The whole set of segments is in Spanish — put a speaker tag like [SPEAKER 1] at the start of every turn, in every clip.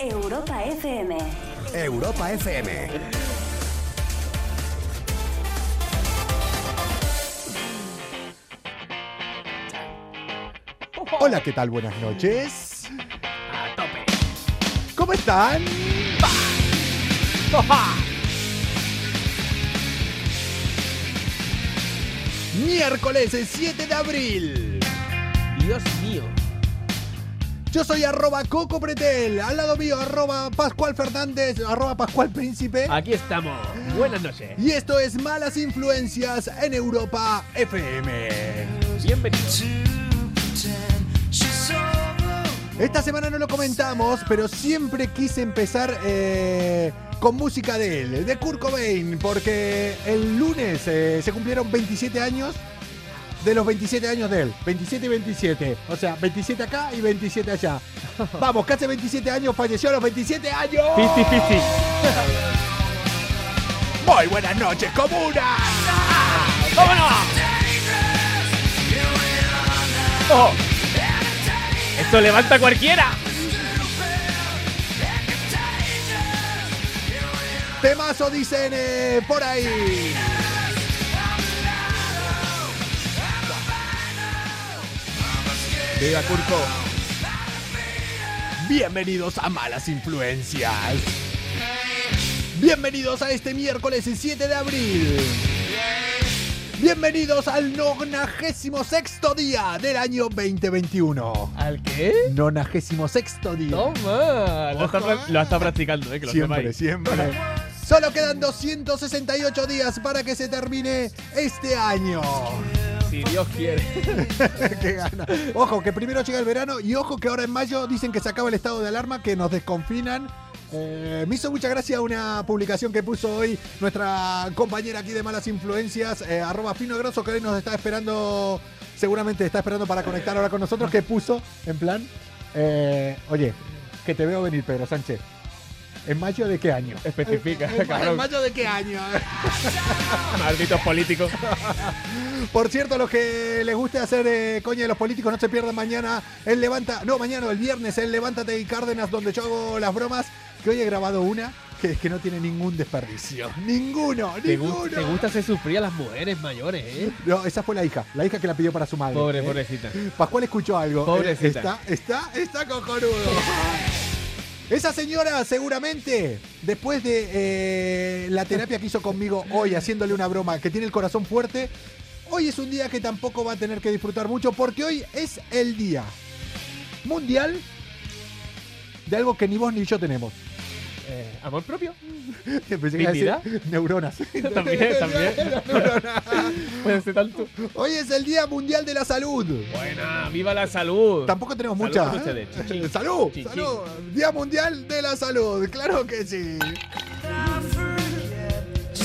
[SPEAKER 1] Europa FM.
[SPEAKER 2] Europa FM. Hola, ¿qué tal? Buenas noches.
[SPEAKER 3] A tope.
[SPEAKER 2] ¿Cómo están? Miércoles el 7 de abril.
[SPEAKER 3] Dios mío.
[SPEAKER 2] Yo soy arroba Coco Pretel. Al lado mío, arroba Pascual Fernández, arroba Pascual Príncipe.
[SPEAKER 3] Aquí estamos. Buenas noches.
[SPEAKER 2] Y esto es Malas Influencias en Europa FM.
[SPEAKER 3] Bienvenidos.
[SPEAKER 2] Esta semana no lo comentamos, pero siempre quise empezar eh, con música de él, de Kurt Cobain, porque el lunes eh, se cumplieron 27 años de los 27 años de él. 27 y 27. O sea, 27 acá y 27 allá. Vamos, que hace 27 años falleció a los 27 años.
[SPEAKER 3] Fifty, fifty.
[SPEAKER 2] Muy buenas noches, comuna.
[SPEAKER 3] ¡Vámonos! ¡Ojo! ¡Esto levanta a cualquiera!
[SPEAKER 2] Temazo dicen eh, por ahí. Viva Curco. Bienvenidos a Malas Influencias. Bienvenidos a este miércoles 7 de abril. Bienvenidos al 96 día del año 2021.
[SPEAKER 3] ¿Al qué?
[SPEAKER 2] 96 día.
[SPEAKER 3] Toma. Lo está, pra- lo está practicando, eh, que lo
[SPEAKER 2] Siempre,
[SPEAKER 3] sepáis.
[SPEAKER 2] siempre. Solo quedan 268 días para que se termine este año.
[SPEAKER 3] Si Dios quiere.
[SPEAKER 2] Qué gana. Ojo, que primero llega el verano y ojo que ahora en mayo dicen que se acaba el estado de alarma, que nos desconfinan. Eh, me hizo mucha gracia una publicación que puso hoy nuestra compañera aquí de Malas Influencias, eh, arroba Fino Grosso, que hoy nos está esperando, seguramente está esperando para conectar ahora con nosotros, que puso en plan, eh, oye, que te veo venir Pedro Sánchez. ¿En mayo de qué año?
[SPEAKER 3] Especifica,
[SPEAKER 2] ¿En- en- ¿En
[SPEAKER 3] cabrón.
[SPEAKER 2] mayo de qué año?
[SPEAKER 3] Malditos políticos.
[SPEAKER 2] Por cierto, los que les guste hacer eh, coña de los políticos, no se pierdan mañana el Levanta. No, mañana, no, el viernes, el Levántate y Cárdenas, donde yo hago las bromas. Que hoy he grabado una que es que no tiene ningún desperdicio. Ninguno,
[SPEAKER 3] Te, gu- te
[SPEAKER 2] ninguno.
[SPEAKER 3] gusta hacer sufrir a las mujeres mayores, ¿eh?
[SPEAKER 2] No, esa fue la hija, la hija que la pidió para su madre.
[SPEAKER 3] Pobre,
[SPEAKER 2] ¿eh?
[SPEAKER 3] pobrecita.
[SPEAKER 2] Pascual escuchó algo.
[SPEAKER 3] Pobrecita.
[SPEAKER 2] Eh, Está, está, está cojonudo. Esa señora seguramente, después de eh, la terapia que hizo conmigo hoy, haciéndole una broma, que tiene el corazón fuerte, hoy es un día que tampoco va a tener que disfrutar mucho porque hoy es el día mundial de algo que ni vos ni yo tenemos.
[SPEAKER 3] Eh, ¿Amor propio?
[SPEAKER 2] Pensé que iba a decir neuronas.
[SPEAKER 3] También, también.
[SPEAKER 2] Neuronas.
[SPEAKER 3] Puede ser tanto.
[SPEAKER 2] Hoy es el día mundial de la salud.
[SPEAKER 3] Buena, viva la salud.
[SPEAKER 2] Tampoco tenemos
[SPEAKER 3] Salud
[SPEAKER 2] mucha.
[SPEAKER 3] por ustedes.
[SPEAKER 2] ¿eh?
[SPEAKER 3] Chichín.
[SPEAKER 2] Salud,
[SPEAKER 3] Chichín.
[SPEAKER 2] salud. Día Mundial de la Salud, claro que sí.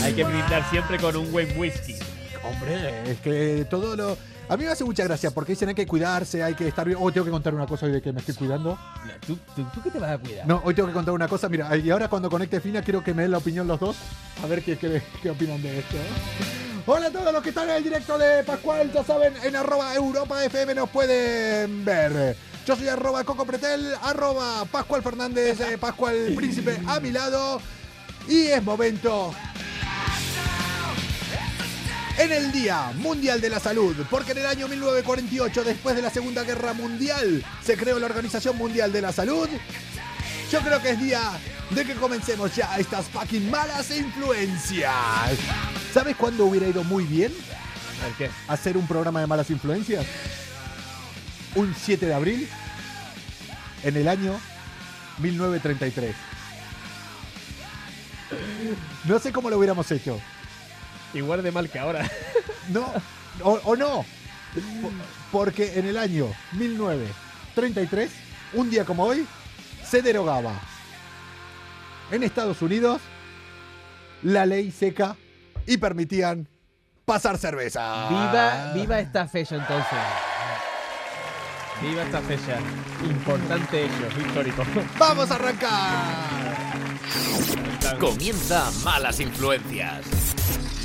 [SPEAKER 3] Hay que brindar siempre con un buen whisky.
[SPEAKER 2] Hombre, es que todo lo. A mí me hace mucha gracia porque dicen hay que cuidarse, hay que estar bien. Hoy tengo que contar una cosa hoy de que me estoy cuidando.
[SPEAKER 3] ¿Tú, tú, tú qué te vas a cuidar?
[SPEAKER 2] No, hoy tengo que contar una cosa. Mira, y ahora cuando conecte Fina, quiero que me den la opinión los dos. A ver qué, qué, qué opinan de esto. ¿eh? Hola a todos los que están en el directo de Pascual. Ya saben, en arroba Europa FM nos pueden ver. Yo soy arroba Coco Pretel, arroba Pascual Fernández, eh, Pascual Príncipe a mi lado. Y es momento en el Día Mundial de la Salud, porque en el año 1948, después de la Segunda Guerra Mundial, se creó la Organización Mundial de la Salud. Yo creo que es día de que comencemos ya estas fucking malas influencias. ¿Sabes cuándo hubiera ido muy bien
[SPEAKER 3] ¿Al qué?
[SPEAKER 2] hacer un programa de malas influencias? Un 7 de abril, en el año 1933. No sé cómo lo hubiéramos hecho.
[SPEAKER 3] Igual de mal que ahora.
[SPEAKER 2] No, o, o no. Po- Porque en el año 1933, un día como hoy, se derogaba en Estados Unidos la ley seca y permitían pasar cerveza.
[SPEAKER 3] Viva, viva esta fecha entonces. Viva esta fecha. Importante hecho, histórico.
[SPEAKER 2] ¡Vamos a arrancar!
[SPEAKER 4] Comienza Malas Influencias.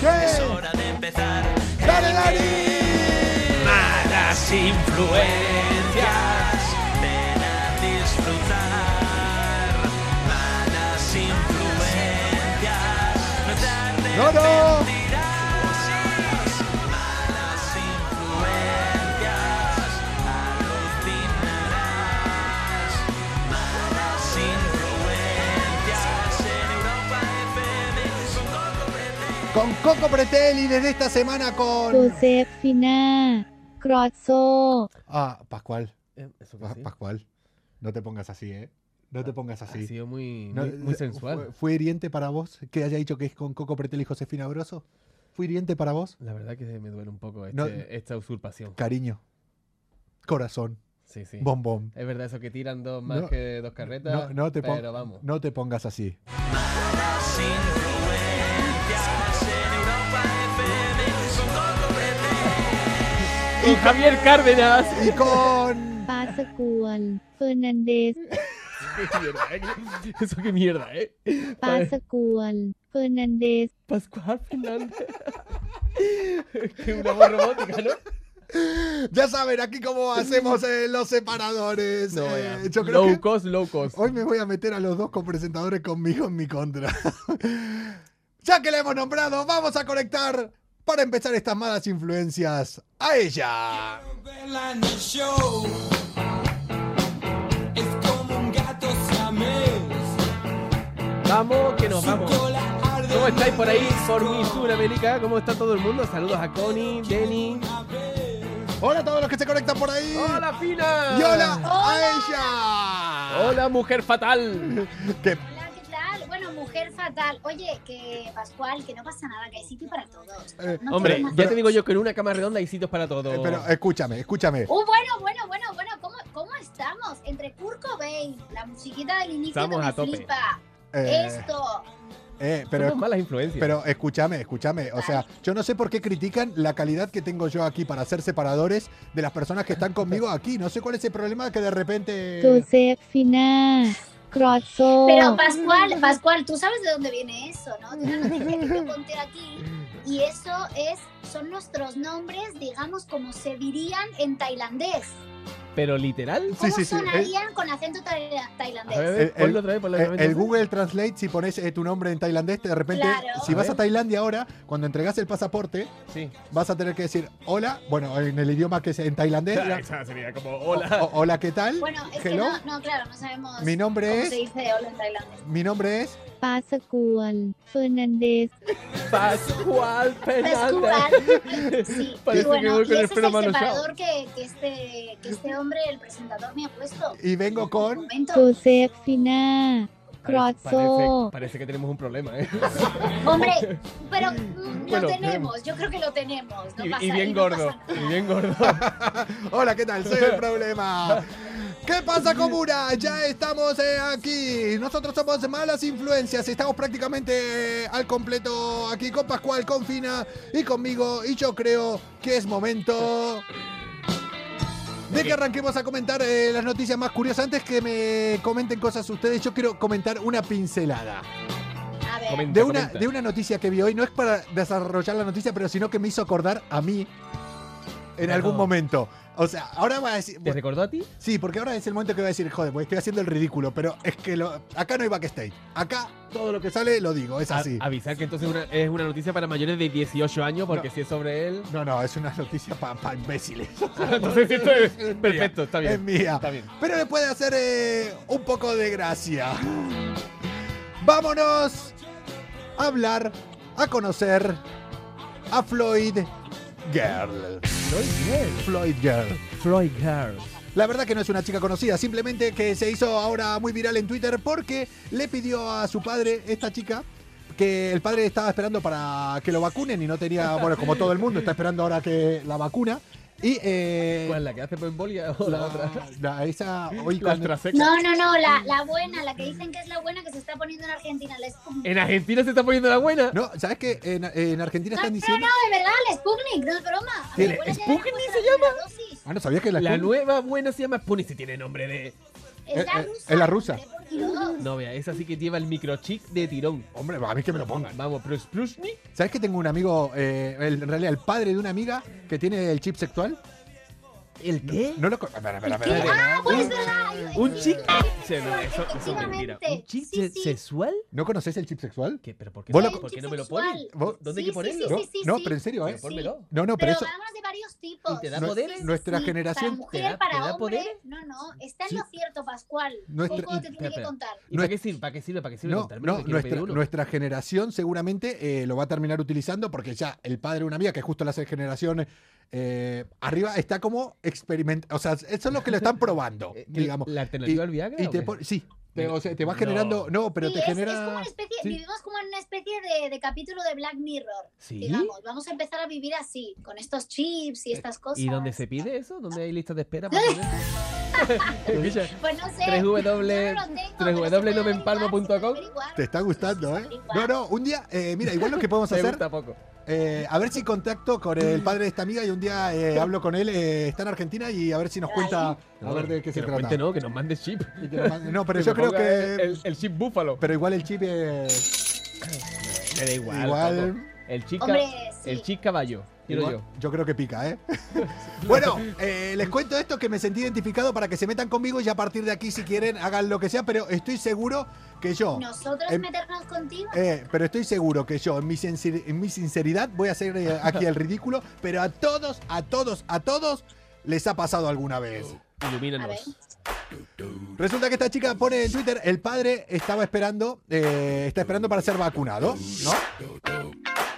[SPEAKER 2] ¡Sí!
[SPEAKER 1] Es hora de empezar.
[SPEAKER 2] ¡Dale, Dani!
[SPEAKER 1] Malas influencias, ven a disfrutar. Malas influencias, no
[SPEAKER 2] No,
[SPEAKER 1] te
[SPEAKER 2] no.
[SPEAKER 1] arrepentirás. Malas influencias, alucinarás. Malas influencias, en Europa FM con Coco Pretel.
[SPEAKER 2] Con Coco Pretel y desde esta semana
[SPEAKER 5] โจ
[SPEAKER 2] con.
[SPEAKER 5] เซฟฟิน่ากรอตโซ
[SPEAKER 2] Ah, Pascual.
[SPEAKER 3] Eh, ¿Eso qué
[SPEAKER 2] Pa-
[SPEAKER 3] ha sido?
[SPEAKER 2] Pascual. No te pongas así, ¿eh? No te pongas
[SPEAKER 3] Ha
[SPEAKER 2] así.
[SPEAKER 3] sido muy,
[SPEAKER 2] No,
[SPEAKER 3] muy, muy
[SPEAKER 2] eh,
[SPEAKER 3] sensual.
[SPEAKER 2] ¿fue, fue hiriente para vos que haya dicho que es con Coco Pretel y Josefina Grosso? ¿Fue hiriente para vos?
[SPEAKER 3] La verdad que me duele un poco este-
[SPEAKER 2] No.
[SPEAKER 3] esta usurpación.
[SPEAKER 2] Cariño. Corazón.
[SPEAKER 3] Sí, sí.
[SPEAKER 2] Bombón.
[SPEAKER 3] Es verdad eso que tiran dos más
[SPEAKER 2] No,
[SPEAKER 3] que dos carretas,
[SPEAKER 2] No, no te pon-
[SPEAKER 3] pero vamos.
[SPEAKER 2] no te pongas así.
[SPEAKER 1] Malas influencias en Europa FM con Coco Pretel.
[SPEAKER 3] ¡Y Javier Cárdenas!
[SPEAKER 2] Y con.
[SPEAKER 5] ปาสกวน เฟอร์นันเดส
[SPEAKER 3] ¡Qué mierda! ¿eh? ¡Eso qué mierda, eh!
[SPEAKER 5] ปาสกวน เฟอร์นันเดส
[SPEAKER 3] Pascual Fernández. que una voz robótica, ¿no?
[SPEAKER 2] Ya saben, aquí como hacemos eh, los separadores.
[SPEAKER 3] No,
[SPEAKER 2] Eh,
[SPEAKER 3] ya.
[SPEAKER 2] yo creo
[SPEAKER 3] low
[SPEAKER 2] que
[SPEAKER 3] cost, low cost.
[SPEAKER 2] hoy me voy a meter a los dos copresentadores conmigo en mi contra. ya que la hemos nombrado, vamos a conectar para empezar estas malas influencias a ella.
[SPEAKER 6] show Es como un gato siamés.
[SPEAKER 3] Vamos, que nos vamos.
[SPEAKER 6] Su cola arde
[SPEAKER 3] ¿Cómo estáis por ahí,
[SPEAKER 6] más
[SPEAKER 3] por
[SPEAKER 6] fresco.
[SPEAKER 3] mi Sudamérica? ¿Cómo está todo el mundo? Saludos a Connie, Denny.
[SPEAKER 2] Hola a todos los que se conectan por ahí.
[SPEAKER 3] ¡Hola, Fina!
[SPEAKER 2] Y hola, a ella.
[SPEAKER 3] ¡Hola, mujer fatal!
[SPEAKER 2] Que-
[SPEAKER 7] Hola, ¿qué tal? Bueno, mujer fatal. Oye, que Pascual, que no pasa nada, que hay sitio para todos.
[SPEAKER 2] Eh,
[SPEAKER 7] No
[SPEAKER 3] Hombre,
[SPEAKER 7] tenemos-
[SPEAKER 3] ya te digo yo que en una cama redonda hay sitios para todo.
[SPEAKER 2] eh, pero escúchame, escúchame.
[SPEAKER 7] Uh, bueno, bueno, bueno, bueno, ¿cómo, cómo estamos? Entre Kurt Cobain, la musiquita del inicio
[SPEAKER 3] Estamos
[SPEAKER 7] que me
[SPEAKER 3] a tope.
[SPEAKER 7] flipa,
[SPEAKER 2] Eh,
[SPEAKER 7] esto,
[SPEAKER 2] eh,
[SPEAKER 3] pero
[SPEAKER 2] pero
[SPEAKER 3] malas influencias.
[SPEAKER 2] Pero escúchame, escúchame. O sea, yo no sé por qué critican la calidad que tengo yo aquí para ser separadores de las personas que están conmigo aquí. No sé cuál es el problema que de
[SPEAKER 5] โจ
[SPEAKER 2] repente.
[SPEAKER 5] เซฟฟิน่ากรอตโซ Oh.
[SPEAKER 7] Pero Pascual, Pascual, tú sabes de dónde viene eso, ¿no? De una noticia que yo conté aquí. Y eso es, son nuestros nombres, digamos, como se dirían en tailandés.
[SPEAKER 3] Pero literal.
[SPEAKER 2] Sí, eh.
[SPEAKER 7] ¿Cómo
[SPEAKER 2] sí, sí,
[SPEAKER 7] sonarían con acento taila-
[SPEAKER 3] A
[SPEAKER 7] tailandés?
[SPEAKER 3] ver,
[SPEAKER 2] El- el-
[SPEAKER 3] ponlo otra vez, ponlo otra
[SPEAKER 2] Eh,
[SPEAKER 3] vez.
[SPEAKER 2] El
[SPEAKER 3] entonces.
[SPEAKER 2] Google Translate, si pones eh, tu nombre en tailandés, de repente,
[SPEAKER 7] Claro.
[SPEAKER 2] si
[SPEAKER 3] A
[SPEAKER 2] vas
[SPEAKER 3] ver.
[SPEAKER 2] a Tailandia ahora, cuando entregas el pasaporte,
[SPEAKER 3] Sí.
[SPEAKER 2] vas a tener que decir hola, bueno, en el idioma que es en tailandés. la-
[SPEAKER 3] Ah, Esa sería como
[SPEAKER 2] o- o- hola, ¿qué tal?
[SPEAKER 7] Bueno, es
[SPEAKER 2] Hello.
[SPEAKER 7] que no, no, claro, no sabemos
[SPEAKER 2] Mi nombre
[SPEAKER 7] cómo
[SPEAKER 2] es.
[SPEAKER 7] se dice hola en tailandés.
[SPEAKER 2] Mi nombre es.
[SPEAKER 5] ปาสกวน เฟอร์นันเดส
[SPEAKER 3] Pascual Fernández.
[SPEAKER 7] Pascual. Sí,
[SPEAKER 3] Parece
[SPEAKER 7] y bueno,
[SPEAKER 3] que voy este con
[SPEAKER 7] y
[SPEAKER 3] el
[SPEAKER 7] ese
[SPEAKER 3] pelo
[SPEAKER 7] es el
[SPEAKER 3] manoseado.
[SPEAKER 7] separador que, que este, que este hombre, el presentador, me ha puesto.
[SPEAKER 2] Y vengo
[SPEAKER 7] Un
[SPEAKER 2] con.
[SPEAKER 7] momento.
[SPEAKER 5] โจเซฟฟิน่ากรอตโซ
[SPEAKER 3] Parece, parece que tenemos un problema, ¿eh?
[SPEAKER 7] Hombre, pero mm,
[SPEAKER 3] Bueno,
[SPEAKER 7] lo tenemos, yo creo que lo tenemos. No
[SPEAKER 3] y,
[SPEAKER 7] pasa-
[SPEAKER 3] y bien
[SPEAKER 7] no
[SPEAKER 3] gordo.
[SPEAKER 7] pasa
[SPEAKER 3] Y bien gordo.
[SPEAKER 2] Hola, ¿qué tal? Soy el problema. ¿Qué pasa, comuna? Ya estamos eh, aquí. Nosotros somos malas influencias. Estamos prácticamente eh, al completo aquí con Pascual, con Fina y conmigo. Y yo creo que es momento de que arranquemos a comentar eh, las noticias más curiosas. Antes que me comenten cosas ustedes, yo quiero comentar una pincelada.
[SPEAKER 7] nada. A ver,
[SPEAKER 3] Comenta,
[SPEAKER 2] De una,
[SPEAKER 3] comenta.
[SPEAKER 2] de una noticia que vi hoy, no es para desarrollar la noticia, pero sino que me hizo acordar a mí en
[SPEAKER 3] No.
[SPEAKER 2] algún momento. O sea, ahora va a decir.
[SPEAKER 3] ¿Te recordó a ti?
[SPEAKER 2] Sí, porque ahora es el momento que voy a decir, joder, pues estoy haciendo el ridículo, pero es que lo, acá no hay backstage. Acá todo lo que sale lo digo, es
[SPEAKER 3] A-
[SPEAKER 2] así.
[SPEAKER 3] avisar que entonces una- es una noticia para mayores de 18 años, porque si es sobre él.
[SPEAKER 2] No, no, es una noticia para imbéciles.
[SPEAKER 3] Entonces esto es perfecto, está
[SPEAKER 2] Es
[SPEAKER 3] bien.
[SPEAKER 2] mía.
[SPEAKER 3] Está bien.
[SPEAKER 2] Pero le puede hacer eh, un poco de gracia. Vámonos a hablar, a conocer a Floyd Girl. Floyd Girl.
[SPEAKER 3] Floyd Girl.
[SPEAKER 2] La verdad que no es una chica conocida, simplemente que se hizo ahora muy viral en Twitter porque le pidió a su padre, esta chica, que el padre estaba esperando para que lo vacunen y no tenía, bueno, como todo el mundo está esperando ahora que la vacuna, Y eh,
[SPEAKER 3] ¿Cuál? ¿La que hace Pembolia o la, otra?
[SPEAKER 2] la- esa hoy
[SPEAKER 3] La
[SPEAKER 2] cuando-
[SPEAKER 3] traseca.
[SPEAKER 7] No, no, no, la, la buena, la que dicen que es la buena que se está poniendo en Argentina. La Sputnik.
[SPEAKER 3] ¿En Argentina se está poniendo la buena?
[SPEAKER 2] No, ¿sabes qué? En, en Argentina
[SPEAKER 7] Ah, No,
[SPEAKER 2] están
[SPEAKER 7] no,
[SPEAKER 2] diciendo.
[SPEAKER 7] no, de verdad, la Sputnik, no es broma.
[SPEAKER 2] Sí,
[SPEAKER 7] Mi abuela ya le
[SPEAKER 3] ¿Sputnik
[SPEAKER 7] puso
[SPEAKER 3] se
[SPEAKER 7] la primera dosis.
[SPEAKER 2] Ah, no sabías que la,
[SPEAKER 3] La
[SPEAKER 2] Sputnik-
[SPEAKER 3] nueva buena se llama Sputnik, si tiene nombre de...
[SPEAKER 7] Es
[SPEAKER 2] Eh,
[SPEAKER 7] la
[SPEAKER 2] eh,
[SPEAKER 7] rusa.
[SPEAKER 2] es la rusa.
[SPEAKER 7] hombre, por Dios.
[SPEAKER 3] No, vea, esa sí que lleva el microchip de tirón.
[SPEAKER 2] Hombre, a mí que me lo pongan.
[SPEAKER 3] Vamos, pero Sputnik...
[SPEAKER 2] ¿Sabes que tengo un amigo, eh, el- en realidad el padre de una amiga que tiene el chip sexual?
[SPEAKER 3] ¿El qué?
[SPEAKER 2] No lo. co- Espera, espera,
[SPEAKER 7] ¿Qué?
[SPEAKER 2] espera, espera.
[SPEAKER 7] Ah, bueno, es verdad.
[SPEAKER 3] ¿Un chip? Se me- eso- eso es mentira.
[SPEAKER 7] Efectivamente.
[SPEAKER 3] ¿Un chip
[SPEAKER 7] Sí, sí.
[SPEAKER 3] sexual?
[SPEAKER 2] ¿No conoces el chip sexual?
[SPEAKER 3] ¿Qué? ¿Pero por qué,
[SPEAKER 2] Vos
[SPEAKER 3] no-
[SPEAKER 2] lo-
[SPEAKER 3] por qué no
[SPEAKER 7] Chip
[SPEAKER 3] me lo
[SPEAKER 7] sexual.
[SPEAKER 3] ponen?
[SPEAKER 2] Vos-
[SPEAKER 3] ¿Dónde
[SPEAKER 7] Sí,
[SPEAKER 3] hay que
[SPEAKER 7] sí,
[SPEAKER 3] ponerlo?
[SPEAKER 2] No,
[SPEAKER 7] sí, sí,
[SPEAKER 2] no,
[SPEAKER 7] sí.
[SPEAKER 2] pero en serio, ¿eh?
[SPEAKER 3] Pero pónmelo.
[SPEAKER 2] No,
[SPEAKER 7] Pero
[SPEAKER 2] no, pero eso.
[SPEAKER 7] hablamos de varios tipos.
[SPEAKER 3] ¿Te da
[SPEAKER 2] Nue-
[SPEAKER 3] poderes?
[SPEAKER 2] Nuestra
[SPEAKER 7] Sí,
[SPEAKER 2] generación.
[SPEAKER 7] Para mujer,
[SPEAKER 3] ¿Te da-
[SPEAKER 7] para
[SPEAKER 3] te da
[SPEAKER 7] hombre.
[SPEAKER 3] poderes?
[SPEAKER 7] No, no, está en
[SPEAKER 2] Sí.
[SPEAKER 7] lo cierto, Pascual.
[SPEAKER 2] Nuestra-
[SPEAKER 7] Poco te
[SPEAKER 3] y-
[SPEAKER 7] tiene que
[SPEAKER 3] espera,
[SPEAKER 7] contar.
[SPEAKER 2] Nue-
[SPEAKER 3] ¿Y para qué sirve? ¿Para qué sirve? ¿Para qué sirve?
[SPEAKER 2] No,
[SPEAKER 3] Contármelo,
[SPEAKER 2] no,
[SPEAKER 3] que quiero pedir
[SPEAKER 2] nuestra,
[SPEAKER 3] uno.
[SPEAKER 2] nuestra generación seguramente eh, lo va a terminar utilizando porque ya el padre de una amiga, que es justo la generación eh, arriba, está como experimentando. O sea, eso es lo que lo están probando,
[SPEAKER 3] Eh, ¿qué-
[SPEAKER 2] digamos.
[SPEAKER 3] ¿La alternativa
[SPEAKER 2] Y-
[SPEAKER 3] al Viagra?
[SPEAKER 2] Y
[SPEAKER 3] o
[SPEAKER 2] te
[SPEAKER 3] qué?
[SPEAKER 2] pon- sí, te, o sea, te va
[SPEAKER 3] No.
[SPEAKER 2] generando. No, pero
[SPEAKER 7] Sí,
[SPEAKER 2] te
[SPEAKER 7] es, es
[SPEAKER 2] genera.
[SPEAKER 7] como una especie,
[SPEAKER 2] sí.
[SPEAKER 7] vivimos como en una especie de, de capítulo de Black Mirror,
[SPEAKER 3] ¿Sí?
[SPEAKER 7] digamos. Vamos a empezar a vivir así, con estos chips y estas cosas.
[SPEAKER 3] ¿Y dónde se pide eso? ¿Dónde hay listas de espera? para poner? Escucha,
[SPEAKER 7] Pues no sé. yo no lo tengo, pero se puede
[SPEAKER 3] www.nomeempalmo.com.
[SPEAKER 7] averiguar.
[SPEAKER 2] Te está gustando, ¿eh?
[SPEAKER 7] Igual.
[SPEAKER 2] No, no, un día, eh, mira, igual lo que podemos
[SPEAKER 3] Me
[SPEAKER 2] hacer,
[SPEAKER 3] gusta poco.
[SPEAKER 2] eh, a ver si contacto con el padre de esta amiga y un día eh, hablo con él, eh, está en Argentina y a ver si nos cuenta, a ver de qué
[SPEAKER 3] que
[SPEAKER 2] se
[SPEAKER 3] nos
[SPEAKER 2] trata.
[SPEAKER 3] cuente, no, que nos mande chip.
[SPEAKER 2] Y que nos mande- no, pero
[SPEAKER 3] Que
[SPEAKER 2] yo
[SPEAKER 3] me
[SPEAKER 2] creo
[SPEAKER 3] ponga
[SPEAKER 2] que...
[SPEAKER 3] El, el- el chip búfalo.
[SPEAKER 2] Pero igual el chip es...
[SPEAKER 3] Me da igual.
[SPEAKER 2] Igual-
[SPEAKER 3] Paco. El chip, ca-
[SPEAKER 7] Hombre, sí.
[SPEAKER 3] el chip caballo. Quiero
[SPEAKER 2] igual-
[SPEAKER 3] yo.
[SPEAKER 2] creo que pica, ¿eh? bueno, eh, les cuento esto que me sentí identificado para que se metan conmigo y a partir de aquí, si quieren, hagan lo que sea, pero estoy seguro que yo...
[SPEAKER 7] Nosotros
[SPEAKER 2] Em-
[SPEAKER 7] meternos contigo.
[SPEAKER 2] Eh, pero estoy seguro que yo, en mi, sincer- en mi sinceridad, voy a hacer eh, aquí el ridículo, pero a todos, a todos, a todos les ha pasado alguna vez.
[SPEAKER 7] A ver.
[SPEAKER 3] Ilumínanos.
[SPEAKER 2] Resulta que esta chica pone en Twitter, el padre estaba esperando, eh, está esperando para ser vacunado, ¿no?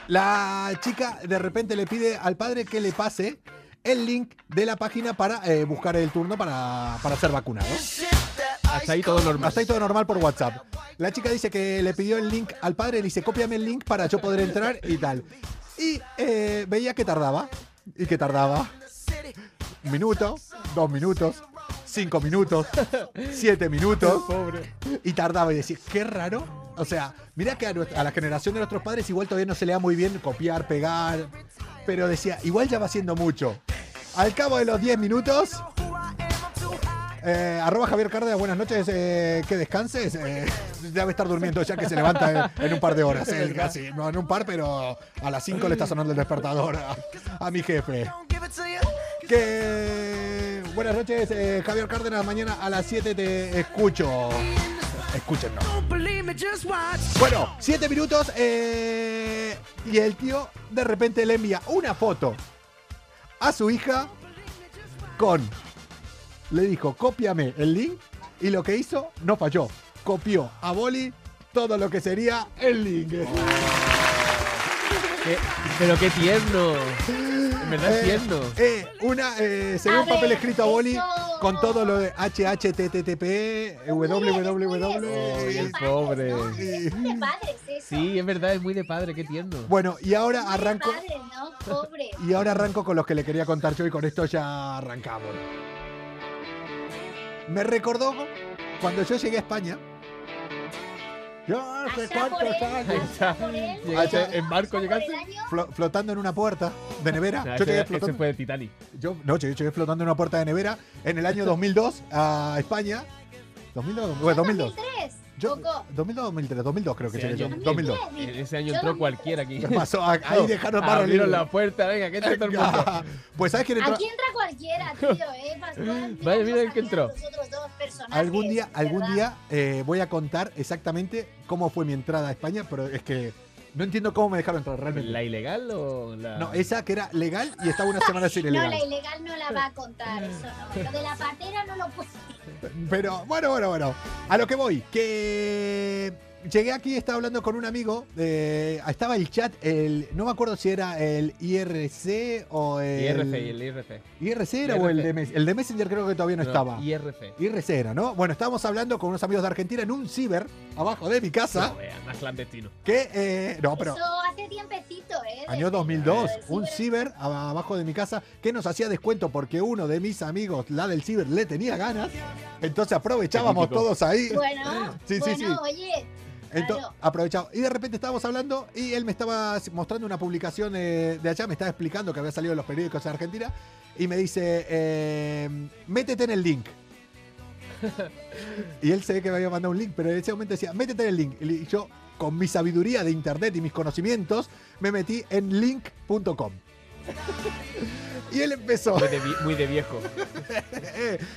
[SPEAKER 2] La chica de repente le pide al padre que le pase el link de la página para eh, buscar el turno para, para ser vacunado.
[SPEAKER 3] Hasta ahí todo normal.
[SPEAKER 2] Hasta ahí todo normal por WhatsApp. La chica dice que le pidió el link al padre, le dice, cópiame el link para yo poder entrar y tal. Y eh, veía que tardaba, y que tardaba. Un minuto, dos minutos, cinco minutos, siete minutos.
[SPEAKER 3] Pobre.
[SPEAKER 2] Y tardaba y decía, qué raro. O sea, mirá que a, nuestra- a la generación de nuestros padres igual todavía no se le da muy bien copiar, pegar. Pero decía, igual ya va siendo mucho. Al cabo de los 10 minutos... eh, arroba Javier Cárdenas, buenas noches, eh, que descanses. eh, debe estar durmiendo ya que se levanta en, en un par de horas. eh, casi, no en un par, pero a las 5 le está sonando el despertador a- a mi jefe. Que buenas noches, eh, Javier Cárdenas. Mañana a las 7 te escucho. Escúchenos. Bueno, 7 minutos eh, y el tío de repente le envía una foto a su hija con. Le dijo, cópiame el link y lo que hizo no falló. Copió a Boli todo lo que sería el link.
[SPEAKER 3] Qué- Eh, pero qué tierno. En verdad
[SPEAKER 2] Eh,
[SPEAKER 3] es tierno.
[SPEAKER 2] eh, una, eh, se ve
[SPEAKER 7] A
[SPEAKER 2] un papel
[SPEAKER 7] ver,
[SPEAKER 2] escrito a boli
[SPEAKER 7] eso.
[SPEAKER 2] con todo lo de HHTTP,
[SPEAKER 7] Muy
[SPEAKER 3] Ay,
[SPEAKER 7] bien,
[SPEAKER 2] www.
[SPEAKER 3] el
[SPEAKER 7] muy bien.
[SPEAKER 3] pobre.
[SPEAKER 7] No, es de padres eso.
[SPEAKER 3] Sí, es verdad, es muy de padre, qué tierno.
[SPEAKER 2] Bueno, y ahora
[SPEAKER 7] Muy
[SPEAKER 2] arranco.
[SPEAKER 7] De padres, ¿no? Pobre.
[SPEAKER 2] Y ahora arranco con los que le quería contar yo y con esto ya arrancamos. Me recordó cuando yo llegué a España. Yo hace
[SPEAKER 7] Allá por
[SPEAKER 2] cuántos
[SPEAKER 7] él,
[SPEAKER 2] años.
[SPEAKER 7] allá por
[SPEAKER 2] Ah,
[SPEAKER 7] él,
[SPEAKER 3] Llegaste
[SPEAKER 2] eh,
[SPEAKER 7] allá
[SPEAKER 3] en barco,
[SPEAKER 7] por el
[SPEAKER 3] llegaste.
[SPEAKER 7] año
[SPEAKER 2] flo- flotando en una puerta de nevera.
[SPEAKER 3] Nah,
[SPEAKER 2] yo,
[SPEAKER 3] Ah, ese,
[SPEAKER 2] llegué
[SPEAKER 3] ese
[SPEAKER 2] flotando,
[SPEAKER 3] fue de Titanic.
[SPEAKER 2] yo- no, yo llegué flotando en una puerta de nevera en el año 2002 a España. 2002, bueno, 2002.
[SPEAKER 7] 2003.
[SPEAKER 2] Yo,
[SPEAKER 7] Coco.
[SPEAKER 2] 2002, 2003, 2002 creo que
[SPEAKER 3] Ese
[SPEAKER 2] llegué yo,
[SPEAKER 3] año-
[SPEAKER 2] 2002.
[SPEAKER 3] En E-, ese año entró cualquiera aquí.
[SPEAKER 2] ¿Qué pasó? Ah, Ahí dejaron barro
[SPEAKER 3] Abrieron
[SPEAKER 2] libre.
[SPEAKER 3] la puerta, venga, que entra todo el mundo.
[SPEAKER 2] Pues ¿sabes quién entró?
[SPEAKER 7] Aquí entra cualquiera, tío, eh, Pascual.
[SPEAKER 3] Vaya, mira el
[SPEAKER 7] nos
[SPEAKER 3] que
[SPEAKER 7] salían
[SPEAKER 3] entró.
[SPEAKER 7] los otros dos personajes,
[SPEAKER 2] Algún día,
[SPEAKER 7] de
[SPEAKER 2] algún
[SPEAKER 7] verdad.
[SPEAKER 2] día eh, voy a contar exactamente cómo fue mi entrada a España, pero es que no entiendo cómo me dejaron entrar realmente.
[SPEAKER 3] ¿La ilegal o la.?
[SPEAKER 2] No, esa que era legal y estaba una semana sin
[SPEAKER 7] No,
[SPEAKER 2] ilegal.
[SPEAKER 7] la ilegal no la va a contar, eso no. Lo de la patera no lo puede.
[SPEAKER 2] Pero bueno, bueno, bueno. A lo que voy, que llegué aquí, estaba hablando con un amigo, eh, estaba el chat, el no me acuerdo si era el IRC o el
[SPEAKER 3] IRC y el IRC.
[SPEAKER 2] IRC era o el de, Mes- el de Messenger creo que todavía no, estaba.
[SPEAKER 3] IRC.
[SPEAKER 2] IRC era, ¿no? Bueno, estábamos hablando con unos amigos de Argentina en un ciber abajo de mi casa.
[SPEAKER 3] No, vea, más clandestino.
[SPEAKER 2] Que, eh, no, pero
[SPEAKER 7] Eso hace tiempecito, ¿eh? es
[SPEAKER 2] Año
[SPEAKER 7] el
[SPEAKER 2] 2002,
[SPEAKER 7] ciber, el
[SPEAKER 2] un
[SPEAKER 7] ciber.
[SPEAKER 2] ciber a- abajo de mi casa que nos hacía descuento porque uno de mis amigos, la del ciber, le tenía ganas. Entonces aprovechábamos
[SPEAKER 3] Qué típico.
[SPEAKER 2] todos ahí.
[SPEAKER 7] Bueno,
[SPEAKER 2] Sí, sí,
[SPEAKER 7] bueno,
[SPEAKER 2] sí.
[SPEAKER 7] oye,
[SPEAKER 2] Ento-
[SPEAKER 7] Claro.
[SPEAKER 2] aprovechado. Y de repente estábamos hablando y él me estaba mostrando una publicación eh, de allá, me estaba explicando que había salido en los periódicos de Argentina y me dice, eh, métete en el link. y él se ve que me había mandado un link, pero en ese momento decía, métete en el link. Y le- yo, con mi sabiduría de internet y mis conocimientos, me metí en link.com. y él empezó, eh,
[SPEAKER 3] Muy de, vi- muy de viejo.